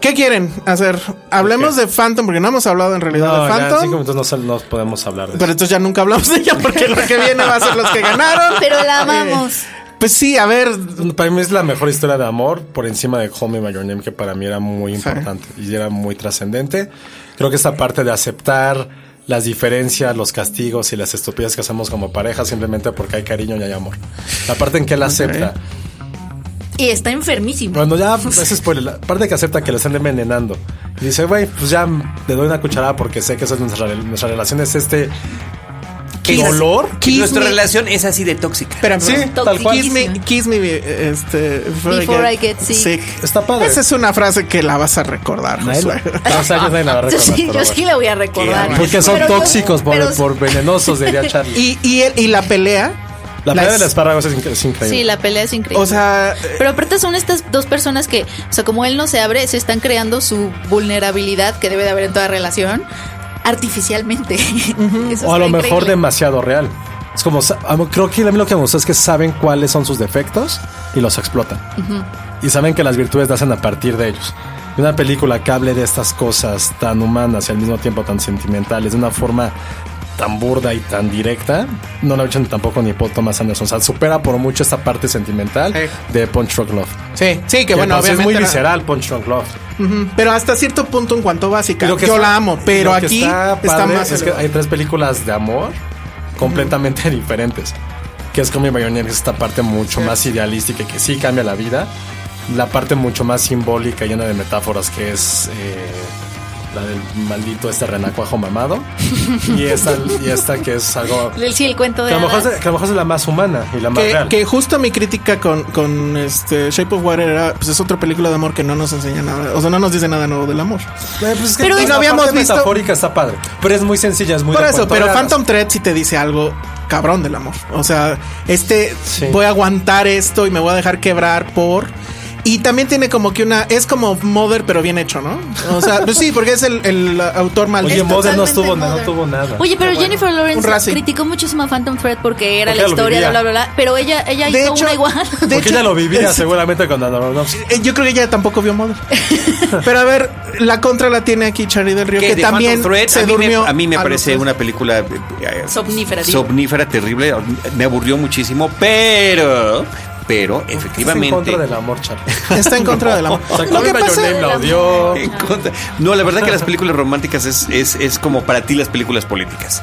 B: ¿Qué quieren hacer? Hablemos
A: ¿De
B: de Phantom porque no hemos hablado en realidad
A: No,
B: de
A: ya, en
B: Phantom.
A: cinco minutos no, sal- no podemos hablar de
B: pero entonces ya nunca hablamos de ella porque lo que viene va a ser los que ganaron.
C: Pero la amamos.
B: Pues sí, a ver.
A: eso. Para mí es la mejor historia de amor por encima de Home and Your Name, que para mí era muy
B: Sí.
A: importante y era muy trascendente. Creo que esta parte de aceptar las diferencias, los castigos y las estupideces que hacemos como pareja simplemente porque hay cariño y hay amor. La parte en que él acepta.
C: Y está enfermísimo.
A: Cuando ya ese spoiler, la parte que acepta que lo están envenenando. Y dice, güey, pues ya le doy una cucharada porque sé que esa es nuestra, rel- nuestra relación, es este
E: ¿Qué
A: dolor.
B: Kiss
E: Nuestra
B: me-
E: relación es así de tóxica.
B: Espera,
A: Sí,
B: perdón.
A: tal cual.
B: Kiss me, kiss me, eh, este, before,
C: Before I get sick.
A: Está padre.
B: Esa es una frase que la vas a recordar, Josué.
A: Tras años nadie la va a
C: Yo
A: recordar,
C: sí,
A: pero
C: yo
A: bueno.
C: sí la voy a recordar.
A: Porque son
C: Pero yo-
A: tóxicos por,
C: pero-
A: por venenosos, diría Charlie.
B: Y, y, el- y la pelea
A: La
B: Las-
A: pelea del espárragos es, incre- es increíble.
C: Sí, la pelea es increíble.
B: O sea,
C: Pero aparte son estas dos personas que, o sea, como él no se abre, se están creando su vulnerabilidad que debe de haber en toda relación artificialmente. Eso
A: o a
C: está
A: lo mejor
C: increíble.
A: demasiado real. Es como, sa- a mí- creo que a mí lo que me gusta es que saben cuáles son sus defectos y los explotan. Y saben que las virtudes nacen a partir de ellos. Y Una película que hable de estas cosas tan humanas y al mismo tiempo tan sentimentales, de una forma tan burda y tan directa, no la echan tampoco ni Paul Thomas Anderson. O sea, supera por mucho esta parte sentimental
B: Sí.
A: de Punch Drunk Love.
B: sí, sí, que bueno,
A: pues, es
B: obviamente.
A: muy
B: era-
A: visceral Punch Drunk Love.
B: Ujú, Pero hasta cierto punto, en cuanto básica,
A: Lo
B: yo
A: que está-
B: la amo, pero
A: lo que
B: aquí está,
A: padre
B: más.
A: Es que
B: elevado.
A: hay tres películas de amor completamente diferentes. Que es como Your Name, que es esta parte mucho más idealística y que sí cambia la vida. La parte mucho más simbólica, llena de metáforas, que es eh, la del maldito este renacuajo mamado. y, esta, y esta que es algo.
C: Sí, el cuento
A: Que
C: de
A: a, lo mejor,
C: hadas.
A: es- que a lo mejor es la más humana y la más
B: Que,
A: real.
B: que justo mi crítica con, con este Shape of Water era, pues es otra película de amor que no nos enseña nada, o sea, no nos dice nada nuevo del amor.
A: Eh, pues es que
B: pero
A: esta
B: no habíamos
A: parte
B: visto-
A: metafórica está padre. Pero es muy sencilla, es muy.
B: Por
A: de
B: eso,
A: cuento
B: pero
A: de hadas.
B: Phantom Thread sí te dice algo cabrón del amor. O sea, este
A: Sí.
B: voy a aguantar esto y me voy a dejar quebrar por. Y también tiene como que una. Es como Mother, pero bien hecho, ¿no? O sea, pues sí, porque es el, el autor
A: Oye,
B: maldito.
A: Modern no
C: totalmente
A: estuvo, no
C: Modern.
A: tuvo nada.
C: Oye, pero Jennifer
B: Un
C: Lawrence
B: Racing.
C: criticó muchísimo a Phantom Thread porque era
A: Porque
C: la
A: lo
C: historia de
A: vivía.
C: bla bla bla, pero ella ella
B: De
C: hizo
B: hecho,
C: una igual.
B: de
A: Porque
B: hecho,
A: ella lo vivía
B: es-
A: seguramente con Aronofsky.
B: Eh, Yo creo que ella tampoco vio Mother. Pero a ver, la contra la tiene aquí Charlie del Río, que,
E: de
B: también
E: Phantom Thread,
B: se
E: a mí
B: durmió. Ah, pues,
E: Me, a mí me
B: los
E: parece
B: tres.
E: una película eh, eh,
C: Somnífera, sí.
E: somnífera, terrible. Me aburrió muchísimo, pero, pero
A: en
E: efectivamente.
A: contra del amor, Charlie.
B: Está en contra del amor.
A: O sea,
B: Lo
A: Call Me
B: que
A: By Your
B: pasa-
A: Name la odió.
E: en contra- No, la verdad que las películas románticas es, es, es como para ti las películas políticas.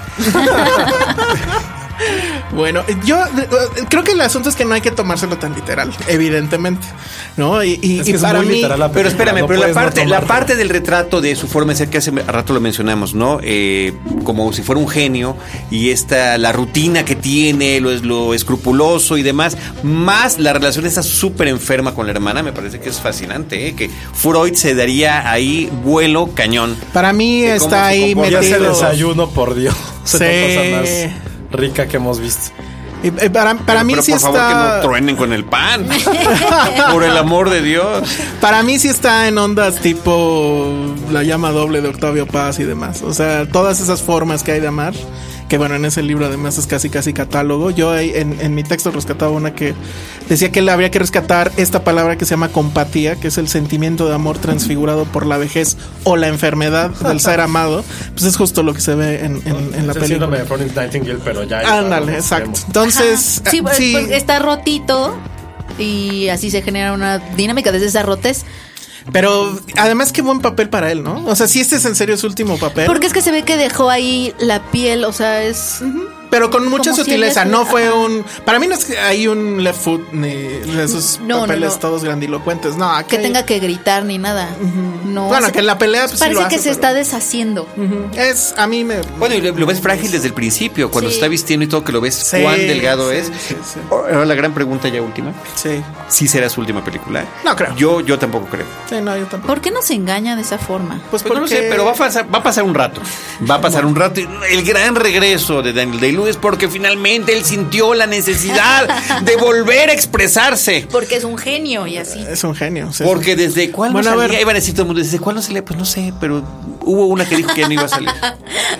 B: Bueno, yo eh, eh, creo que el asunto es que no hay que tomárselo tan literal, evidentemente. ¿No? Y, y-
A: Es
B: y
A: que es
B: para
A: muy
B: mí.
A: literal la
E: Pero
A: película,
E: espérame,
A: no
E: pero la
A: puedes no
E: parte, la
A: tomarte.
E: parte del retrato de su forma de ser que hace rato lo mencionamos, ¿no? Eh, como si fuera un genio y esta, la rutina que tiene, lo, es- lo escrupuloso y demás, más la relación está súper enferma con la hermana, me parece que es fascinante, ¿eh? que Freud se daría ahí vuelo cañón.
B: Para mí
E: De cómo se
B: está ahí
E: comporta.
A: Ya hace
B: metido.
A: desayuno, por Dios. Es
B: Sí.
A: la cosa más rica que hemos visto.
B: Y- y para para mí
E: pero
B: sí
E: por favor que no
B: está.
E: truenen con el pan. por el amor de Dios.
B: Para mí sí está en ondas tipo la llama doble de Octavio Paz y demás. O sea, todas esas formas que hay de amar. Que bueno, en ese libro además es casi casi catálogo. Yo ahí en, en mi texto rescataba una que decía que él habría que rescatar esta palabra que se llama compatía, que es el sentimiento de amor transfigurado por la vejez o la enfermedad del ser amado. Pues es justo lo que se ve en, en- en la
A: Es el síndrome de
B: película.
A: Florence Nightingale, pero ya.
B: Ándale,
A: ya lo
B: exacto.
A: sabemos.
B: Entonces,
C: Ajá. sí,
B: ah,
C: pues,
B: sí.
C: pues, está rotito y así se genera una dinámica de desarrotes.
B: Pero además qué buen papel para él, ¿no? O sea, si este es en serio su último papel.
C: Porque es que se ve que dejó ahí la piel, o sea, es
B: Pero con mucha
C: Como si
B: sutileza,
C: él es-
B: no fue
C: ajá.
B: un... Para mí no es que hay un left foot ni de esos
C: No, no,
B: papeles
C: no.
B: todos grandilocuentes, no. aquí
C: que
B: hay-
C: tenga que gritar ni nada. No.
B: Bueno,
C: se-
B: que en la pelea, pues, sí
C: parece
B: lo hace,
C: que se
B: pero-
C: está deshaciendo.
B: Es, a mí me...
E: Bueno, y lo, lo ves frágil desde el principio, cuando
C: Sí.
E: se está vistiendo y todo, que lo ves
B: Sí,
E: cuán delgado
B: sí,
E: es.
B: sí, sí.
E: Ahora la gran pregunta ya última.
B: Sí.
E: sí será su última película.
B: No creo.
E: Yo, yo tampoco creo.
B: Sí, no, yo tampoco.
C: ¿Por qué nos engaña de esa forma?
B: Pues,
E: Pues no lo
B: porque-
E: sé, pero va a pasar, va a pasar un rato. Va a pasar un rato. y El gran regreso de Daniel Day-Lewis porque finalmente él sintió la necesidad de volver a expresarse.
C: Porque es un genio y así.
B: Es un genio. sí.
E: Porque desde cuándo
B: Bueno, a
E: salía,
B: ver.
E: iban a decir todo el mundo, ¿desde cuándo salía? Pues no sé, pero hubo una que dijo que ya no iba a salir.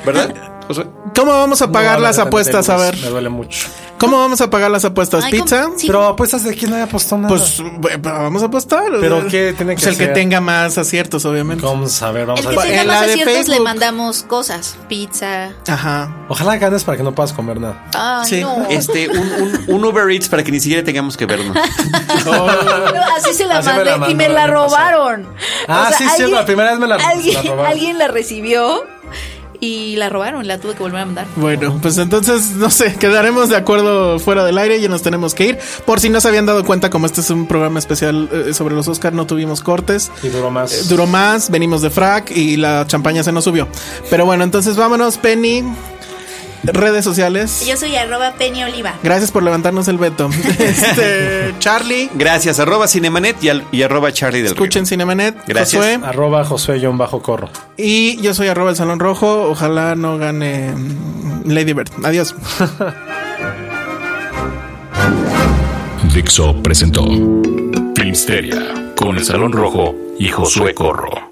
E: ¿Verdad? José?
B: ¿Cómo vamos a
A: No
B: pagar
A: hablar
B: las
A: de
B: apuestas? A ver.
A: Me duele mucho.
B: ¿Cómo vamos a pagar las apuestas?
C: Ay,
B: ¿Pizza?
C: ¿cómo? Sí.
A: Pero apuestas de quién no había apostado nada.
B: Pues eh, vamos a apostar.
A: ¿Pero qué tiene
B: Pues
A: que
B: el que
A: ser?
B: tenga más aciertos, obviamente.
A: vamos a ver, vamos
C: El
A: a
C: que
A: ver.
C: tenga
B: En la
C: más
B: de
C: aciertos le
B: Facebook.
C: mandamos cosas, pizza.
B: Ajá.
A: Ojalá ganes para que no puedas comer nada.
C: Ay,
B: Sí.
C: Ah, no.
E: Este, un, un- un Uber Eats para que ni siquiera tengamos que vernos.
C: No, así se la
A: Así me
C: mandé
A: la mandó
C: y me
A: el
C: la
A: año pasado.
C: robaron.
A: Ah, sí, sí, la primera vez me la-
C: alguien,
A: la robaron.
C: alguien la recibió y la robaron, la tuve que volver a mandar.
B: Bueno, pues entonces, no sé, quedaremos de acuerdo fuera del aire y nos tenemos que ir. Por si no se habían dado cuenta, como este es un programa especial eh, sobre los Oscar, no tuvimos cortes.
A: Y duró más.
B: Eh, Duró más, venimos de frac y la champaña se nos subió. Pero bueno, entonces vámonos, Penny. Redes sociales.
C: Yo soy arroba Penny Oliva.
B: Gracias por levantarnos el veto. Este, Charlie,
E: Gracias, arroba Cinemanet y, al- y arroba Charlie del Río.
B: escuchen Cinemanet.
E: Gracias.
B: Josué.
A: Arroba Josué-Corro.
B: Y yo soy arroba el Salón Rojo. Ojalá no gane mm, Lady Bird. Adiós.
G: Dixo presentó Filmsteria con el Salón Rojo y Josué Corro.